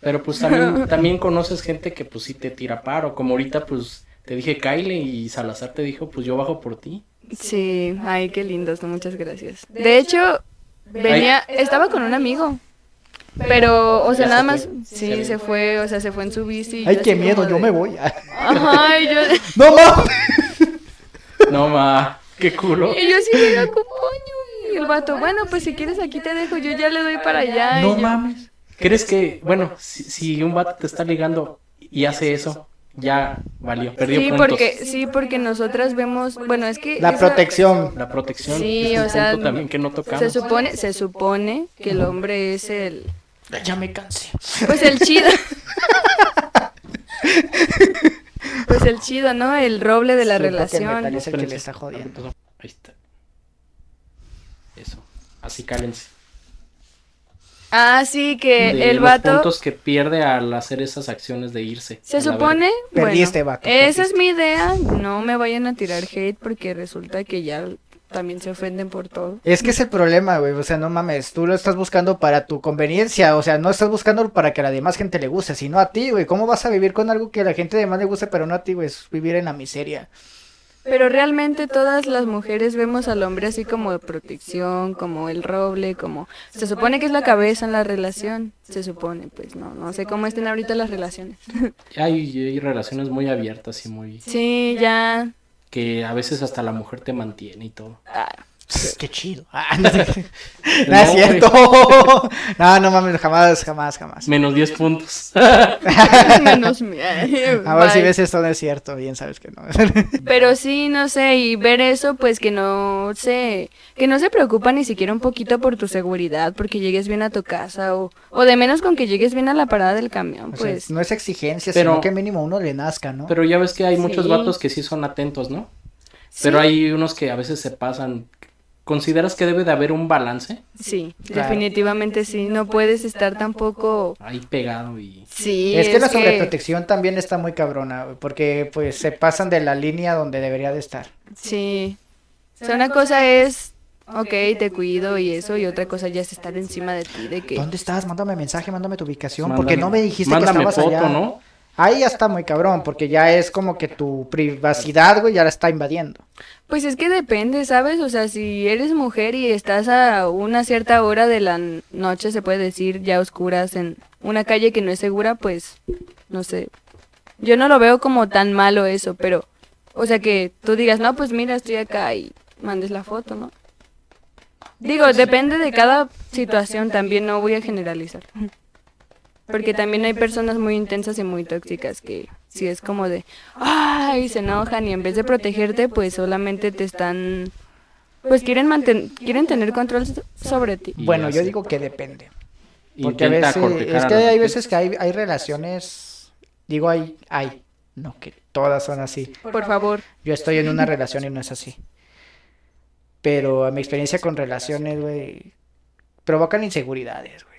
[SPEAKER 2] Pero pues
[SPEAKER 1] [laughs]
[SPEAKER 2] también, también conoces gente que pues sí te tira paro, como ahorita pues te dije Kyle y Salazar te dijo pues yo bajo por ti.
[SPEAKER 1] Sí, ay, qué lindos, ¿no? muchas gracias. De hecho, venía, estaba con un amigo, pero, o sea, nada
[SPEAKER 2] Ya se
[SPEAKER 1] más,
[SPEAKER 2] fue. Se
[SPEAKER 1] sí,
[SPEAKER 2] vino.
[SPEAKER 1] se fue, o sea, se fue en su bici. y
[SPEAKER 5] Ay,
[SPEAKER 1] yo
[SPEAKER 5] qué
[SPEAKER 1] así
[SPEAKER 5] miedo,
[SPEAKER 1] como
[SPEAKER 5] yo
[SPEAKER 1] de-
[SPEAKER 5] me voy.
[SPEAKER 1] Ay, yo,
[SPEAKER 5] ¡No mames!
[SPEAKER 2] No ma, qué culo.
[SPEAKER 1] y yo sí le digo, "¿Cómo, coño?". Y el vato, bueno, pues si quieres aquí te dejo, yo ya le doy para allá. y
[SPEAKER 5] No
[SPEAKER 1] yo-
[SPEAKER 5] mames.
[SPEAKER 2] ¿Crees que, bueno, si, si un vato te está ligando y hace eso, ya valió, perdió
[SPEAKER 1] Sí,
[SPEAKER 2] puntos.
[SPEAKER 1] porque, sí, porque nosotras vemos, bueno, es que...
[SPEAKER 5] La
[SPEAKER 1] E-, esa-
[SPEAKER 5] protección.
[SPEAKER 2] La protección
[SPEAKER 1] Sí,
[SPEAKER 2] es un
[SPEAKER 1] o sea,
[SPEAKER 2] punto también que no tocamos.
[SPEAKER 1] Se supone, se supone que el hombre es el,
[SPEAKER 5] Ya me cansé.
[SPEAKER 1] Pues el chido. Pues es el chido, ¿no? El roble de la
[SPEAKER 5] Siento que el metal
[SPEAKER 1] relación.
[SPEAKER 5] es el que
[SPEAKER 2] Espérense.
[SPEAKER 5] le está jodiendo.
[SPEAKER 2] Perdón, Ahí está. Eso. Así cálense.
[SPEAKER 1] Ah, sí, que
[SPEAKER 2] De
[SPEAKER 1] el
[SPEAKER 2] los
[SPEAKER 1] vato
[SPEAKER 2] puntos que pierde al hacer esas acciones de irse. a
[SPEAKER 1] se
[SPEAKER 2] la
[SPEAKER 1] supone.
[SPEAKER 2] verga.
[SPEAKER 1] bueno,
[SPEAKER 5] Perdiste, este vato,
[SPEAKER 1] Esa
[SPEAKER 5] perdiste.
[SPEAKER 1] es mi idea. No me vayan a tirar hate porque resulta que ya también se ofenden por todo.
[SPEAKER 5] Es que es el problema, güey. O sea, no mames, tú lo estás buscando para tu conveniencia. O sea, no estás buscando para que a la demás gente le guste, sino a ti, güey. ¿Cómo vas a vivir con algo que a la gente demás le guste, pero no a ti, güey? Es vivir en la miseria.
[SPEAKER 1] Pero realmente todas las mujeres vemos al hombre así como de protección, como el roble, como... Se supone que es la cabeza en la relación, se supone, pues no, no sé cómo estén ahorita las relaciones.
[SPEAKER 2] Hay, hay relaciones muy abiertas y muy.
[SPEAKER 1] Sí, ya...
[SPEAKER 5] [laughs]
[SPEAKER 2] que a veces hasta la mujer te mantiene y todo.
[SPEAKER 1] Ah,
[SPEAKER 5] Qué [laughs] chido. Ah, no, No
[SPEAKER 2] No,
[SPEAKER 5] es cierto. [laughs] No, no mames, jamás, jamás, jamás.
[SPEAKER 2] Menos
[SPEAKER 1] [laughs]
[SPEAKER 2] 10 puntos.
[SPEAKER 1] menos mi-
[SPEAKER 5] A ver si
[SPEAKER 1] Bye.
[SPEAKER 5] ves esto, no es cierto. Bien, sabes que no. [laughs]
[SPEAKER 1] Pero sí, no sé, y ver eso, pues que no se, que no se preocupa ni siquiera un poquito por tu seguridad, porque llegues bien a tu casa, o, o de menos con que llegues bien a la parada del camión,
[SPEAKER 5] O sea,
[SPEAKER 1] pues.
[SPEAKER 5] no es exigencia,
[SPEAKER 2] Pero-
[SPEAKER 5] sino que mínimo uno le nazca, ¿no?
[SPEAKER 2] Pero ya ves que hay muchos
[SPEAKER 1] Sí.
[SPEAKER 2] vatos que sí son atentos, ¿no? Pero
[SPEAKER 1] Sí,
[SPEAKER 2] hay unos que a veces se pasan. ¿Consideras que debe de haber un balance?
[SPEAKER 1] Sí,
[SPEAKER 5] Claro.
[SPEAKER 1] definitivamente sí. No puedes estar tampoco.
[SPEAKER 2] Ahí pegado y.
[SPEAKER 1] Sí,
[SPEAKER 5] es que la sobreprotección también está muy cabrona, güey, porque pues se pasan de la línea donde debería de estar.
[SPEAKER 1] Sí. O sea, una cosa es, ok, te cuido y eso, y otra cosa ya es estar encima de ti, de que.
[SPEAKER 5] ¿Dónde estás? Mándame mensaje, mándame tu ubicación,
[SPEAKER 2] mándame-
[SPEAKER 5] porque no me dijiste
[SPEAKER 2] mándame
[SPEAKER 5] que estabas
[SPEAKER 2] foto,
[SPEAKER 5] allá.
[SPEAKER 2] ¿no?
[SPEAKER 5] Ahí ya está muy cabrón, porque ya es como que tu privacidad, güey, ya la está invadiendo.
[SPEAKER 1] Pues es que depende, ¿sabes? O sea, si eres mujer y estás a una cierta hora de la n- noche, se puede decir, ya a oscuras, en una calle que no es segura, pues, no sé. Yo no lo veo como tan malo eso, pero, o sea, que tú digas, no, pues mira, estoy acá y mandes la foto, ¿no? Digo, depende de cada situación también, no voy a generalizar. Porque también hay personas muy intensas y muy tóxicas que si es como de, ay, se enojan y en vez de protegerte, pues solamente te están, pues quieren manten- quieren tener control so- sobre ti.
[SPEAKER 2] Y
[SPEAKER 5] bueno,
[SPEAKER 2] ya
[SPEAKER 5] yo
[SPEAKER 2] sé.
[SPEAKER 5] digo que depende. Porque a
[SPEAKER 2] Intenta
[SPEAKER 5] veces,
[SPEAKER 2] cortejar
[SPEAKER 5] es
[SPEAKER 2] a
[SPEAKER 5] que
[SPEAKER 2] la
[SPEAKER 5] hay
[SPEAKER 2] mujer.
[SPEAKER 5] veces que hay, hay relaciones, digo hay, hay, no que todas son así.
[SPEAKER 1] Por favor.
[SPEAKER 5] Yo estoy en una relación y no es así. Pero a mi experiencia con relaciones, güey, provocan inseguridades, güey.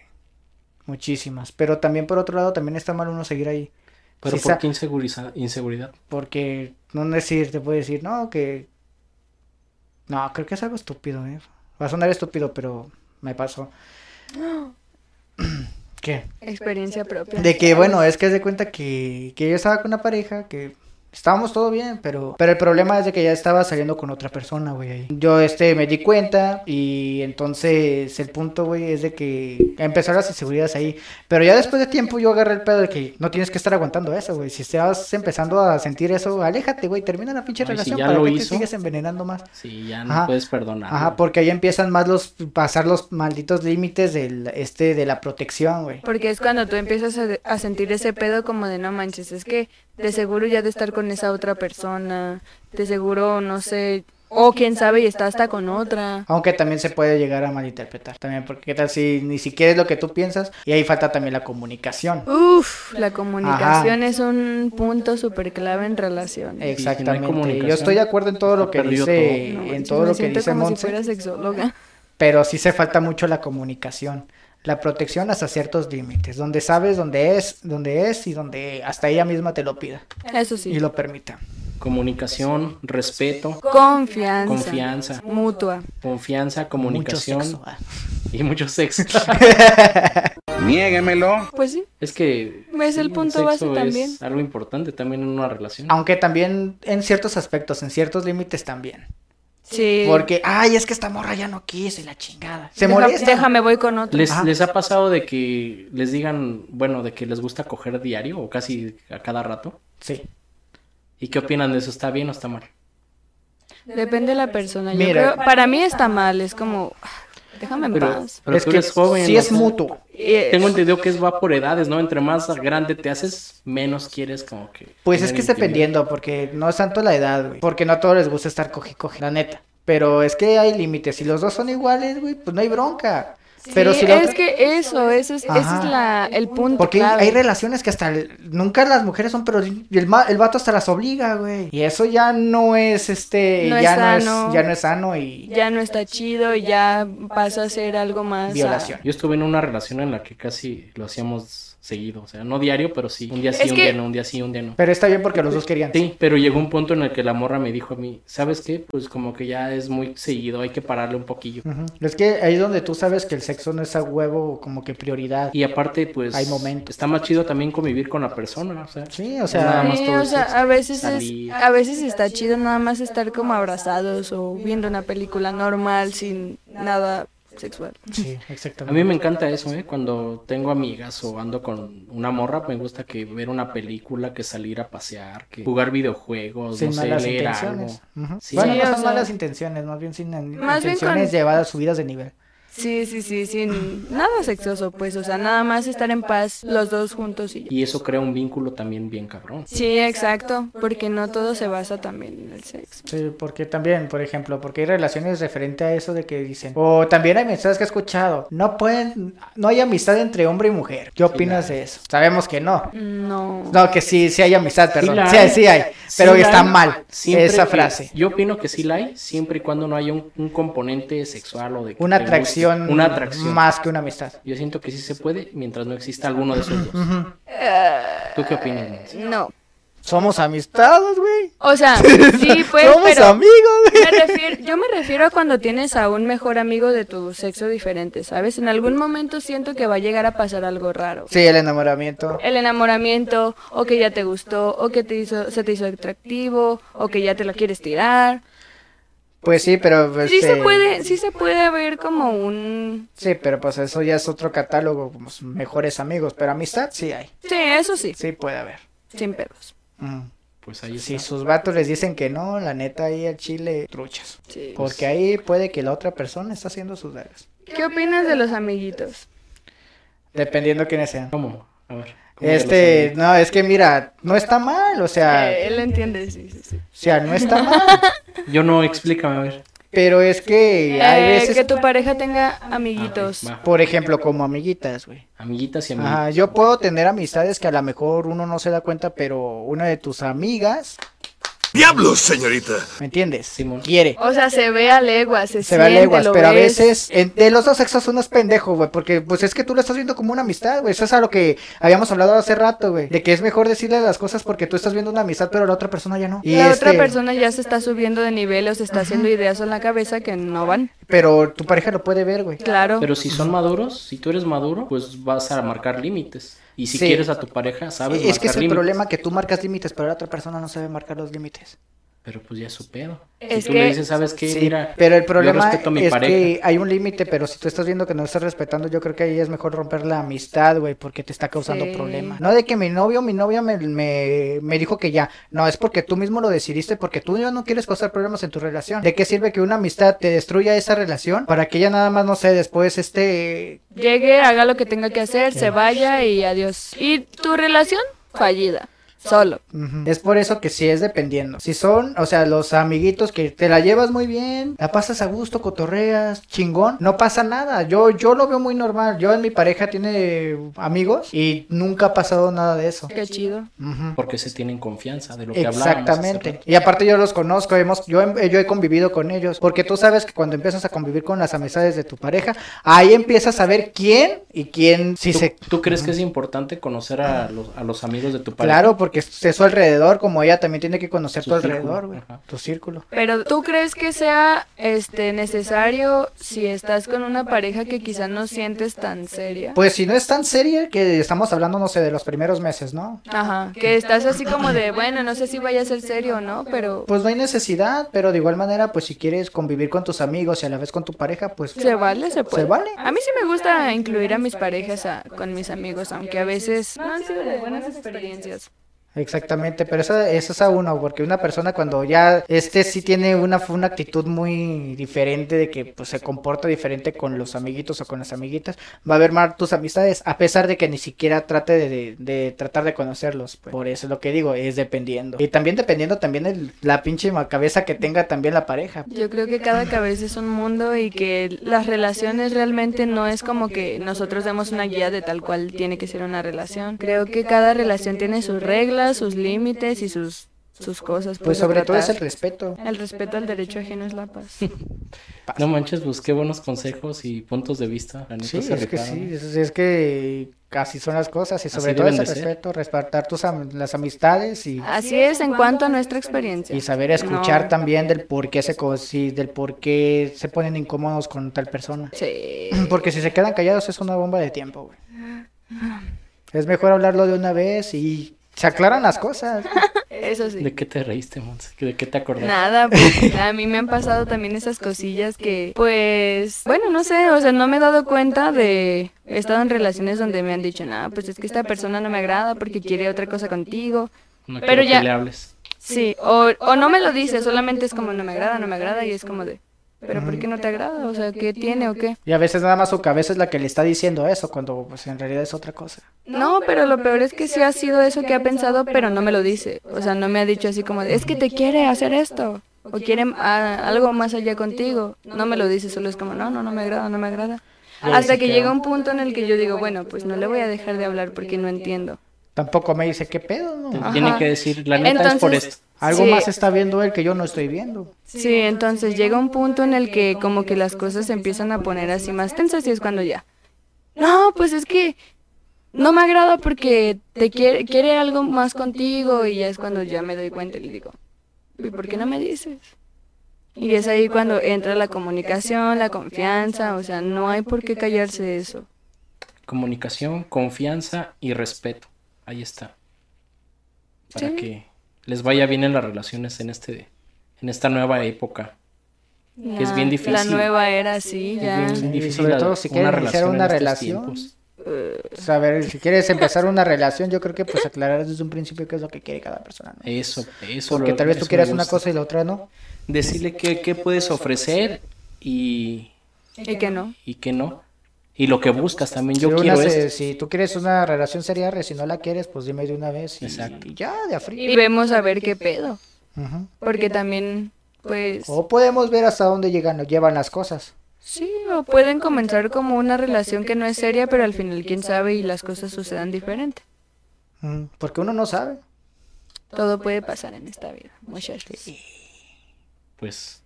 [SPEAKER 5] Muchísimas. Pero también por otro lado, también está mal uno seguir ahí.
[SPEAKER 2] Pero
[SPEAKER 5] Sí,
[SPEAKER 2] ¿por
[SPEAKER 5] sa-
[SPEAKER 2] qué inseguriza- inseguridad?
[SPEAKER 5] Porque no decir, te puede decir, no, que... No, creo que es algo estúpido, ¿eh? Va a sonar estúpido, pero me pasó. ¿Qué?
[SPEAKER 1] Experiencia propia.
[SPEAKER 5] De que, bueno, es que es de cuenta que, que yo estaba con una pareja que estábamos todo bien, pero, pero el problema es de que ya estaba saliendo con otra persona, güey. ahí. Yo, este, me di cuenta y entonces el punto, güey, es de que empezaron las inseguridades ahí. Pero ya después de tiempo yo agarré el pedo de que no tienes que estar aguantando eso, güey. Si estás empezando a sentir eso, aléjate, güey, termina la pinche
[SPEAKER 2] Ay, si
[SPEAKER 5] relación
[SPEAKER 2] ya
[SPEAKER 5] para
[SPEAKER 2] lo
[SPEAKER 5] que te
[SPEAKER 2] hizo.
[SPEAKER 5] sigas envenenando más.
[SPEAKER 2] Sí, ya no
[SPEAKER 5] Ajá.
[SPEAKER 2] puedes perdonar.
[SPEAKER 5] Ajá, porque ahí empiezan más los, pasar los malditos límites del, este, de la protección, güey.
[SPEAKER 1] Porque es cuando tú empiezas a, a sentir ese pedo como de no manches, es que de seguro ya de estar con esa otra persona, de seguro, no sé, o quién sabe y está hasta con otra.
[SPEAKER 5] Aunque también se puede llegar a malinterpretar también, porque qué tal si ni siquiera es lo que tú piensas y ahí falta también la comunicación.
[SPEAKER 1] Uf, la comunicación es un punto súper clave en relaciones.
[SPEAKER 2] si no hay
[SPEAKER 5] Exactamente.
[SPEAKER 2] comunicación,
[SPEAKER 5] Yo estoy de acuerdo en todo lo que
[SPEAKER 2] perdió
[SPEAKER 5] dice,
[SPEAKER 1] No
[SPEAKER 5] Eh, en
[SPEAKER 1] manches,
[SPEAKER 5] todo
[SPEAKER 1] me
[SPEAKER 5] lo que
[SPEAKER 1] siento
[SPEAKER 5] dice
[SPEAKER 1] como si
[SPEAKER 5] Montse,
[SPEAKER 1] fuera sexóloga.
[SPEAKER 5] pero sí se falta mucho la comunicación, la protección hasta ciertos límites, donde sabes dónde es, dónde es y donde hasta ella misma te lo pida
[SPEAKER 1] [laughs] Eso sí.
[SPEAKER 5] y lo permita.
[SPEAKER 2] Comunicación, respeto,
[SPEAKER 1] Confianza.
[SPEAKER 2] Confianza.
[SPEAKER 1] Mutua.
[SPEAKER 2] confianza,
[SPEAKER 5] Mucho
[SPEAKER 2] comunicación
[SPEAKER 5] sexo, ah.
[SPEAKER 2] y mucho
[SPEAKER 5] [laughs]
[SPEAKER 2] sexo.
[SPEAKER 6] Niéguemelo.
[SPEAKER 1] Pues sí.
[SPEAKER 2] es que
[SPEAKER 1] Es el punto base
[SPEAKER 2] sexo
[SPEAKER 1] también.
[SPEAKER 2] Es algo importante también en una relación.
[SPEAKER 5] Aunque también en ciertos aspectos, en ciertos límites también.
[SPEAKER 1] Sí.
[SPEAKER 5] Porque, ay, es que esta morra ya no quiso y la chingada. Se
[SPEAKER 1] Deja-
[SPEAKER 5] molesta.
[SPEAKER 1] Déjame, voy con otro.
[SPEAKER 2] ¿Les,
[SPEAKER 5] Ajá.
[SPEAKER 2] les ha pasado de que les digan, bueno, de que les gusta coger diario o casi a cada rato?
[SPEAKER 5] Sí.
[SPEAKER 2] ¿Y qué opinan de eso? ¿Está bien o está mal?
[SPEAKER 1] Depende de la persona. Yo
[SPEAKER 5] Mira.
[SPEAKER 1] creo- para mí está mal, es como, "Ah, déjame en
[SPEAKER 2] Pero,
[SPEAKER 1] paz.
[SPEAKER 2] pero
[SPEAKER 5] es
[SPEAKER 2] tú
[SPEAKER 5] que
[SPEAKER 2] eres joven.
[SPEAKER 5] sí
[SPEAKER 2] o
[SPEAKER 5] es
[SPEAKER 2] sea,
[SPEAKER 5] mutuo.
[SPEAKER 1] Eh,
[SPEAKER 2] Tengo entendido que es va por edades, ¿no? Entre más grande te haces, menos quieres como que...
[SPEAKER 5] Pues es
[SPEAKER 2] tener
[SPEAKER 5] que es
[SPEAKER 2] intimidad.
[SPEAKER 5] dependiendo, porque no es tanto la edad, güey. Porque no a todos les gusta estar coge, y coge, la neta. Pero es que hay límites. Si los dos son iguales, güey, pues no hay bronca. Pero
[SPEAKER 1] Sí,
[SPEAKER 5] si la
[SPEAKER 1] es
[SPEAKER 5] otra-
[SPEAKER 1] que eso, eso es, ese es
[SPEAKER 5] Ajá.
[SPEAKER 1] la, el punto
[SPEAKER 5] Porque hay-
[SPEAKER 1] clave.
[SPEAKER 5] hay relaciones que hasta el- nunca las mujeres son, pero el, el ma- el vato hasta las obliga, güey. Y eso ya no es este,
[SPEAKER 1] No es
[SPEAKER 5] ya no es,
[SPEAKER 1] sano.
[SPEAKER 5] ya no es sano y
[SPEAKER 1] Ya no está chido, ya pasó a ser algo más... a-
[SPEAKER 5] violación.
[SPEAKER 2] Yo estuve en una relación en la que casi lo hacíamos seguido, o sea, no diario, pero sí, un día sí,
[SPEAKER 1] Es
[SPEAKER 2] un
[SPEAKER 1] que-
[SPEAKER 2] día no, un día sí, un día no.
[SPEAKER 5] Pero está bien porque los dos querían.
[SPEAKER 2] Sí, pero llegó un punto en el que la morra me dijo a mí, ¿sabes qué? Pues como que ya es muy seguido, hay que pararle un poquillo.
[SPEAKER 5] Ujú. Es que ahí es donde tú sabes que el sexo no es a huevo como que prioridad.
[SPEAKER 2] Y aparte, pues,
[SPEAKER 5] Hay momentos.
[SPEAKER 2] está más chido también convivir con la persona, o sea,
[SPEAKER 5] Sí, o
[SPEAKER 2] Nada
[SPEAKER 5] sea,
[SPEAKER 2] más
[SPEAKER 1] Sí,
[SPEAKER 2] todo
[SPEAKER 1] o
[SPEAKER 2] el
[SPEAKER 1] sea,
[SPEAKER 2] sexo.
[SPEAKER 1] a veces es-
[SPEAKER 2] Salir.
[SPEAKER 1] a veces está chido nada más estar como abrazados o viendo una película normal sin nada sexual.
[SPEAKER 5] sí,
[SPEAKER 2] A mí
[SPEAKER 5] exactamente.
[SPEAKER 2] me encanta eso, ¿eh? Cuando tengo amigas o ando con una morra, me gusta que ver una película, que salir a pasear, que jugar videojuegos,
[SPEAKER 5] Sin
[SPEAKER 2] Pues no sé,
[SPEAKER 5] malas
[SPEAKER 2] leer algo.
[SPEAKER 5] intenciones. Ujú.
[SPEAKER 2] Sí.
[SPEAKER 5] Bueno,
[SPEAKER 1] Sí,
[SPEAKER 5] no
[SPEAKER 1] o
[SPEAKER 5] son
[SPEAKER 1] sea-
[SPEAKER 5] malas intenciones, más bien sin
[SPEAKER 1] Más bien
[SPEAKER 5] intenciones
[SPEAKER 1] con-
[SPEAKER 5] llevadas subidas de nivel.
[SPEAKER 1] Sí, sí, sí, sin nada sexoso, pues, o sea, nada más estar en paz los dos juntos y ya.
[SPEAKER 2] Y eso crea un vínculo también bien cabrón.
[SPEAKER 1] Sí, exacto, porque no todo se basa también en el sexo.
[SPEAKER 5] Sí, porque también, por ejemplo, porque hay relaciones referente a eso de que dicen, o también hay mensajes que he escuchado, no pueden, no hay amistad entre hombre y mujer. ¿Qué opinas de eso? Sabemos que no.
[SPEAKER 1] No.
[SPEAKER 5] No, que sí, sí hay amistad, perdón.
[SPEAKER 2] la
[SPEAKER 5] Sí,
[SPEAKER 2] hay.
[SPEAKER 5] sí hay,
[SPEAKER 2] Sí
[SPEAKER 5] pero
[SPEAKER 2] la
[SPEAKER 5] está
[SPEAKER 2] hay.
[SPEAKER 5] mal
[SPEAKER 2] Siempre
[SPEAKER 5] esa
[SPEAKER 2] que-
[SPEAKER 5] frase.
[SPEAKER 2] Yo opino que sí la hay, siempre y cuando no haya un, un componente sexual o de... que
[SPEAKER 5] Una
[SPEAKER 2] te
[SPEAKER 5] atracción,
[SPEAKER 2] guste. Una atracción.
[SPEAKER 5] más que una amistad.
[SPEAKER 2] Yo siento que sí se puede mientras no exista alguno de esos dos.
[SPEAKER 5] Ujú.
[SPEAKER 2] ¿Tú qué opinas? Nancy?
[SPEAKER 1] Eh, No.
[SPEAKER 5] Somos amistades, güey.
[SPEAKER 1] O sea, sí,
[SPEAKER 5] [laughs]
[SPEAKER 1] pues,
[SPEAKER 5] Somos
[SPEAKER 1] pero...
[SPEAKER 5] amigos, güey.
[SPEAKER 1] Me refiero- yo me refiero a cuando tienes a un mejor amigo de tu sexo diferente, ¿sabes? En algún momento siento que va a llegar a pasar algo raro.
[SPEAKER 5] Sí, el enamoramiento.
[SPEAKER 1] El enamoramiento, o que ya te gustó, o que te hizo, se te hizo atractivo, o que ya te lo quieres tirar.
[SPEAKER 5] Pues sí, pero...
[SPEAKER 1] Sí se
[SPEAKER 5] este,
[SPEAKER 1] puede, sí se puede ver como un...
[SPEAKER 5] Sí, pero pues eso ya es otro catálogo, como mejores amigos, pero amistad sí hay,
[SPEAKER 1] Sí, eso sí,
[SPEAKER 5] sí puede haber.
[SPEAKER 1] sin pedos.
[SPEAKER 5] Ujú.
[SPEAKER 2] Pues ahí
[SPEAKER 5] Si
[SPEAKER 2] está.
[SPEAKER 5] sus vatos les dicen que no, la neta ahí al chile truchas.
[SPEAKER 1] Sí.
[SPEAKER 5] Porque ahí puede que la otra persona está haciendo sus dedos.
[SPEAKER 1] ¿Qué opinas de los amiguitos?
[SPEAKER 5] Dependiendo quiénes sean.
[SPEAKER 2] ¿Cómo? A ver. ¿cómo que lo
[SPEAKER 5] Este,
[SPEAKER 2] sabes?
[SPEAKER 5] no, es que mira, no está mal, o sea,
[SPEAKER 1] Eh, él entiende, sí, sí, sí.
[SPEAKER 5] o sea, no está mal,
[SPEAKER 2] Yo no, explícame, a ver.
[SPEAKER 5] pero es que hay
[SPEAKER 1] Eh,
[SPEAKER 5] veces,
[SPEAKER 1] que tu pareja tenga
[SPEAKER 2] Ah,
[SPEAKER 1] amiguitos.
[SPEAKER 2] va.
[SPEAKER 5] por ejemplo, como amiguitas, güey.
[SPEAKER 2] Amiguitas y amiguitos.
[SPEAKER 5] Ajá, yo puedo tener amistades que a lo mejor uno no se da cuenta, pero una de tus amigas,
[SPEAKER 6] ¡Diablos, señorita!
[SPEAKER 5] ¿me entiendes?
[SPEAKER 2] Simón.
[SPEAKER 5] Quiere.
[SPEAKER 1] O sea, se ve a leguas, se,
[SPEAKER 5] Se va a
[SPEAKER 1] siente,
[SPEAKER 5] leguas,
[SPEAKER 1] lo
[SPEAKER 5] pero a
[SPEAKER 1] ves.
[SPEAKER 5] veces en- de los dos sexos uno es pendejo, güey, porque pues es que tú lo estás viendo como una amistad, güey, eso es a lo que habíamos hablado hace rato, güey, de que es mejor decirle las cosas porque tú estás viendo una amistad, pero la otra persona ya no. Y
[SPEAKER 1] la otra
[SPEAKER 5] este,
[SPEAKER 1] persona ya se está subiendo de nivel o se está haciendo ideas en la cabeza que no van.
[SPEAKER 5] Pero tu pareja lo puede ver, güey.
[SPEAKER 1] Claro.
[SPEAKER 2] Pero si son maduros, si tú eres maduro, pues vas a marcar límites. Y si
[SPEAKER 5] Sí.
[SPEAKER 2] quieres a tu pareja, sabes
[SPEAKER 5] Es que es
[SPEAKER 2] marcar
[SPEAKER 5] el
[SPEAKER 2] límites.
[SPEAKER 5] problema que tú marcas límites, pero la otra persona no sabe marcar los límites.
[SPEAKER 2] Pero pues ya es su pedo.
[SPEAKER 1] Es
[SPEAKER 2] si tú le
[SPEAKER 1] que-
[SPEAKER 2] dices, ¿sabes qué?
[SPEAKER 5] Sí,
[SPEAKER 2] Mira,
[SPEAKER 5] pero el
[SPEAKER 2] yo
[SPEAKER 5] problema
[SPEAKER 2] respeto a mi
[SPEAKER 5] es
[SPEAKER 2] pareja.
[SPEAKER 5] que hay un límite, pero si tú estás viendo que no estás respetando, yo creo que ahí es mejor romper la amistad, güey, porque te está causando
[SPEAKER 1] Sí.
[SPEAKER 5] problemas. No de que mi novio, mi novia me, me, me dijo que ya. No, es porque tú mismo lo decidiste, porque tú ya no quieres causar problemas en tu relación. ¿De qué sirve que una amistad te destruya esa relación para que ella nada más, no sé, después este...
[SPEAKER 1] Llegue, haga lo que tenga que hacer, se vaya y adiós. ¿Y tu relación? Fallida. Solo.
[SPEAKER 5] ujú. Es por eso que sí es dependiendo. Si son, o sea, los amiguitos que te la llevas muy bien, la pasas a gusto, cotorreas, chingón, no pasa nada. Yo, yo lo veo muy normal. Yo en mi pareja tiene amigos y nunca ha pasado nada de eso.
[SPEAKER 1] Qué chido.
[SPEAKER 5] Ujú.
[SPEAKER 2] Porque se tienen confianza de lo que hablábamos. hace
[SPEAKER 5] Exactamente.
[SPEAKER 2] rato.
[SPEAKER 5] Y aparte yo los conozco, hemos, yo, he- yo he convivido con ellos, porque tú sabes que cuando empiezas a convivir con las amistades de tu pareja, ahí empiezas a ver quién y quién si
[SPEAKER 2] ¿Tú,
[SPEAKER 5] se...
[SPEAKER 2] tú crees que es importante conocer a los, a los amigos de tu pareja?
[SPEAKER 5] Ah. Claro, porque es es su alrededor, como ella también tiene que conocer
[SPEAKER 2] Su
[SPEAKER 5] tu
[SPEAKER 2] círculo,
[SPEAKER 5] alrededor, güey,
[SPEAKER 2] ajá.
[SPEAKER 5] tu círculo.
[SPEAKER 1] Pero ¿tú crees que sea este necesario si estás con una pareja que quizás no sientes tan seria?
[SPEAKER 5] Pues si no es tan seria que estamos hablando, no sé, de los primeros meses, ¿no?
[SPEAKER 1] Ajá, que estás así como de, bueno, no sé si vaya a ser serio o no, pero
[SPEAKER 5] Pues no hay necesidad, pero de igual manera, pues si quieres convivir con tus amigos y a la vez con tu pareja, pues...
[SPEAKER 1] Se vale, se puede.
[SPEAKER 5] vale.
[SPEAKER 1] A mí sí me gusta incluir a mis parejas a- con mis amigos, aunque a veces no han sido de buenas experiencias.
[SPEAKER 5] Exactamente, pero esa, esa es a uno, porque una persona cuando ya, este sí tiene una, una actitud muy diferente de que pues, se comporta diferente con los amiguitos o con las amiguitas, va a ver mal tus amistades, a pesar de que ni siquiera trate de, de- de tratar de conocerlos. pues. Por eso es lo que digo, es dependiendo. Y también dependiendo también el- la pinche ma- cabeza que tenga también la pareja.
[SPEAKER 1] Yo creo que cada cabeza es un mundo y que las relaciones realmente no es como que nosotros demos una guía de tal cual tiene que ser una relación. Creo que cada relación tiene sus reglas, sus límites y sus, sus cosas.
[SPEAKER 5] Pues
[SPEAKER 1] a
[SPEAKER 5] sobre todo es el
[SPEAKER 1] tratar.
[SPEAKER 5] respeto.
[SPEAKER 1] el respeto al derecho ajeno es la paz.
[SPEAKER 2] No manches, pues qué buenos consejos y puntos de vista. La neta
[SPEAKER 5] Sí,
[SPEAKER 2] se
[SPEAKER 5] es que
[SPEAKER 2] rifaron.
[SPEAKER 5] sí, es, es que casi son las cosas y
[SPEAKER 2] Así
[SPEAKER 5] sobre todo es
[SPEAKER 2] deben
[SPEAKER 5] el
[SPEAKER 2] de ser.
[SPEAKER 5] respeto, respetar tus am- las amistades y,
[SPEAKER 1] Así es en cuanto a nuestra experiencia.
[SPEAKER 5] y saber escuchar
[SPEAKER 1] No.
[SPEAKER 5] también del por qué se co- sí, del por qué se ponen incómodos con tal persona.
[SPEAKER 2] [laughs]
[SPEAKER 5] [clears throat]
[SPEAKER 1] Sí.
[SPEAKER 5] Porque si se quedan callados es una bomba de tiempo, güey. Es mejor hablarlo de una vez y se aclaran las cosas.
[SPEAKER 1] Eso sí.
[SPEAKER 2] ¿De qué te reíste, Monse? ¿De qué te acordaste?
[SPEAKER 1] Nada, pues, a mí me han pasado también esas cosillas que, pues, bueno, no sé, o sea, no me he dado cuenta de, he estado en relaciones donde me han dicho, nada, pues es que esta persona no me agrada porque quiere otra cosa contigo,
[SPEAKER 2] No
[SPEAKER 1] Pero
[SPEAKER 2] quiero
[SPEAKER 1] ya-
[SPEAKER 2] que le hables.
[SPEAKER 1] sí, o, o no me lo dice, solamente es como, no me agrada, no me agrada, y es como de, pero ¿por qué no te agrada? O sea, ¿qué tiene o qué?
[SPEAKER 5] Y a veces nada más su cabeza es la que le está diciendo eso, cuando pues en realidad es otra cosa.
[SPEAKER 1] No, pero lo peor es que sí ha sido eso que ha pensado, pero no me lo dice. O sea, no me ha dicho así como, de, es que te quiere hacer esto, o quiere ah, algo más allá contigo. No me lo dice, solo es como, no, no, no me agrada, no me agrada.
[SPEAKER 2] Ya
[SPEAKER 1] Hasta
[SPEAKER 2] dice
[SPEAKER 1] que
[SPEAKER 2] que-
[SPEAKER 1] llega un punto en el que yo digo, bueno, pues no le voy a dejar de hablar porque no entiendo.
[SPEAKER 5] Tampoco me dice qué pedo, ¿no?
[SPEAKER 1] Ajá.
[SPEAKER 2] Tiene que decir, la neta es por
[SPEAKER 1] Entonces-
[SPEAKER 2] esto.
[SPEAKER 5] Algo
[SPEAKER 1] Sí.
[SPEAKER 5] más está viendo él que yo no estoy viendo.
[SPEAKER 1] Sí, entonces llega un punto en el que como que las cosas se empiezan a poner así más tensas y es cuando ya. No, pues es que no me agrada porque te quiere, quiere algo más contigo y ya es cuando ya me doy cuenta y le digo, ¿y por qué no me dices? Y es ahí cuando entra la comunicación, la confianza, o sea, no hay por qué callarse eso.
[SPEAKER 2] Comunicación, confianza y respeto. Ahí está. Para
[SPEAKER 1] Sí.
[SPEAKER 2] que les vaya bien en las relaciones en este en esta nueva época. Que es bien
[SPEAKER 1] La- La
[SPEAKER 2] difícil.
[SPEAKER 1] nueva era, sí, ya.
[SPEAKER 2] Es bien
[SPEAKER 5] Sí, y
[SPEAKER 2] difícil
[SPEAKER 5] sobre
[SPEAKER 2] la-
[SPEAKER 5] todo si
[SPEAKER 2] una
[SPEAKER 5] quieren iniciar
[SPEAKER 2] relación en
[SPEAKER 5] una
[SPEAKER 2] estos
[SPEAKER 5] relación.
[SPEAKER 2] tiempos.
[SPEAKER 5] O sea, a ver, si quieres empezar una relación, yo creo que pues aclarar desde un principio qué es lo que quiere cada persona, ¿no?
[SPEAKER 2] Eso, eso.
[SPEAKER 5] Porque
[SPEAKER 2] lo-
[SPEAKER 5] tal vez
[SPEAKER 2] eso
[SPEAKER 5] tú
[SPEAKER 2] me
[SPEAKER 5] quieras una
[SPEAKER 2] gusta.
[SPEAKER 5] cosa y la otra no.
[SPEAKER 2] Decirle qué, qué puedes ofrecer y,
[SPEAKER 1] Y que no.
[SPEAKER 2] y qué no. Y lo que buscas también. Yo
[SPEAKER 5] si, una
[SPEAKER 2] quiero
[SPEAKER 5] se-
[SPEAKER 2] esto.
[SPEAKER 5] si tú quieres una relación seria, re, si no la quieres, pues dime de una vez y,
[SPEAKER 2] Exacto.
[SPEAKER 5] y ya, de a frío.
[SPEAKER 1] Y vemos a ver qué pedo.
[SPEAKER 5] Ujú.
[SPEAKER 1] Porque también, pues...
[SPEAKER 5] O podemos ver hasta dónde llegan, llevan las cosas.
[SPEAKER 1] Sí, o pueden comenzar como una relación que no es seria, pero al final quién sabe y las cosas sucedan diferente.
[SPEAKER 5] Ujú. Porque uno no
[SPEAKER 2] [laughs]
[SPEAKER 5] sabe.
[SPEAKER 1] Todo puede pasar en esta vida, muchachos.
[SPEAKER 2] Pues.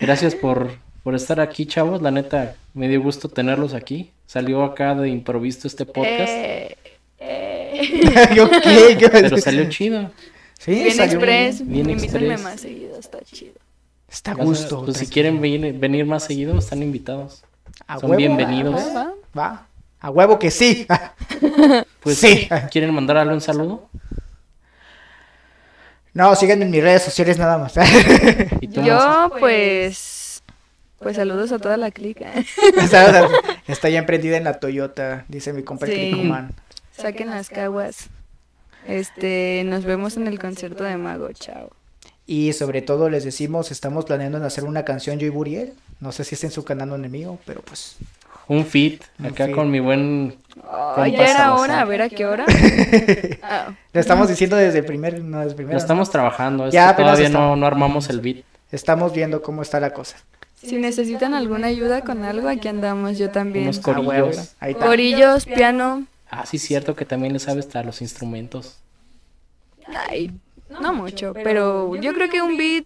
[SPEAKER 2] Gracias por, por estar aquí, chavos. La neta, me dio gusto tenerlos aquí. Salió acá de improviso este podcast,
[SPEAKER 1] Eh,
[SPEAKER 5] yo qué, yo-
[SPEAKER 2] pero salió chido.
[SPEAKER 5] Sí,
[SPEAKER 1] bien
[SPEAKER 5] salió
[SPEAKER 1] express,
[SPEAKER 2] bien
[SPEAKER 1] invítenme
[SPEAKER 2] express. ¿Eh?
[SPEAKER 1] más seguido, está chido.
[SPEAKER 5] Está a
[SPEAKER 2] Ya sabes,
[SPEAKER 5] gusto.
[SPEAKER 2] pues, si
[SPEAKER 5] tranquilo.
[SPEAKER 2] quieren venir, venir más seguido, están invitados.
[SPEAKER 5] A
[SPEAKER 2] son
[SPEAKER 5] huevo,
[SPEAKER 2] bienvenidos.
[SPEAKER 1] Va, va.
[SPEAKER 5] Va. A huevo que sí. [laughs]
[SPEAKER 2] Pues,
[SPEAKER 5] Sí.
[SPEAKER 2] ¿Quieren mandar algo un saludo?
[SPEAKER 5] No, síganme en mis redes sociales nada más. [laughs]
[SPEAKER 2] ¿Y tú, Monse?
[SPEAKER 1] Yo, pues... Pues saludos a toda la clica. [laughs]
[SPEAKER 5] [laughs] Está- Está ya emprendida en la Toyota, dice mi compa el
[SPEAKER 1] Sí.
[SPEAKER 5] Clicoman.
[SPEAKER 1] Saquen las caguas. Este, nos vemos en el concierto de Mago, chao.
[SPEAKER 5] Y sobre todo les decimos, estamos planeando en hacer una canción yo y Buriel. No sé si es en su canal o enemigo, pero pues.
[SPEAKER 2] Un fit
[SPEAKER 5] Un
[SPEAKER 2] acá
[SPEAKER 5] fit.
[SPEAKER 2] con mi buen.
[SPEAKER 1] Ay, ya era hora, a ver a qué
[SPEAKER 2] [laughs]
[SPEAKER 1] hora. Ah.
[SPEAKER 5] Le estamos diciendo desde el primer, no desde el
[SPEAKER 2] Lo
[SPEAKER 5] primero. ¿no?
[SPEAKER 2] estamos trabajando. es
[SPEAKER 5] Ya
[SPEAKER 2] que
[SPEAKER 5] apenas
[SPEAKER 2] todavía
[SPEAKER 5] está-
[SPEAKER 2] no, no armamos el beat.
[SPEAKER 5] Estamos viendo cómo está la cosa.
[SPEAKER 1] Si necesitan alguna ayuda con algo, aquí andamos, yo también.
[SPEAKER 2] Unos
[SPEAKER 5] A Ah, huevo,
[SPEAKER 2] corillos.
[SPEAKER 5] Ahí está.
[SPEAKER 1] Corillos, piano.
[SPEAKER 2] Ah, sí, cierto que también le sabes hasta los instrumentos.
[SPEAKER 1] Ay, no mucho, pero yo creo que un beat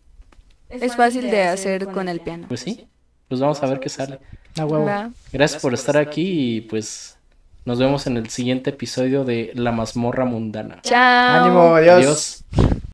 [SPEAKER 1] es fácil de hacer con el piano.
[SPEAKER 2] Pues sí, pues vamos a ver qué sale.
[SPEAKER 5] A huevo.
[SPEAKER 1] Va.
[SPEAKER 2] Gracias por estar aquí y pues nos vemos en el siguiente episodio de La mazmorra mundana.
[SPEAKER 1] Chao.
[SPEAKER 5] Ánimo, adiós.
[SPEAKER 2] Adiós.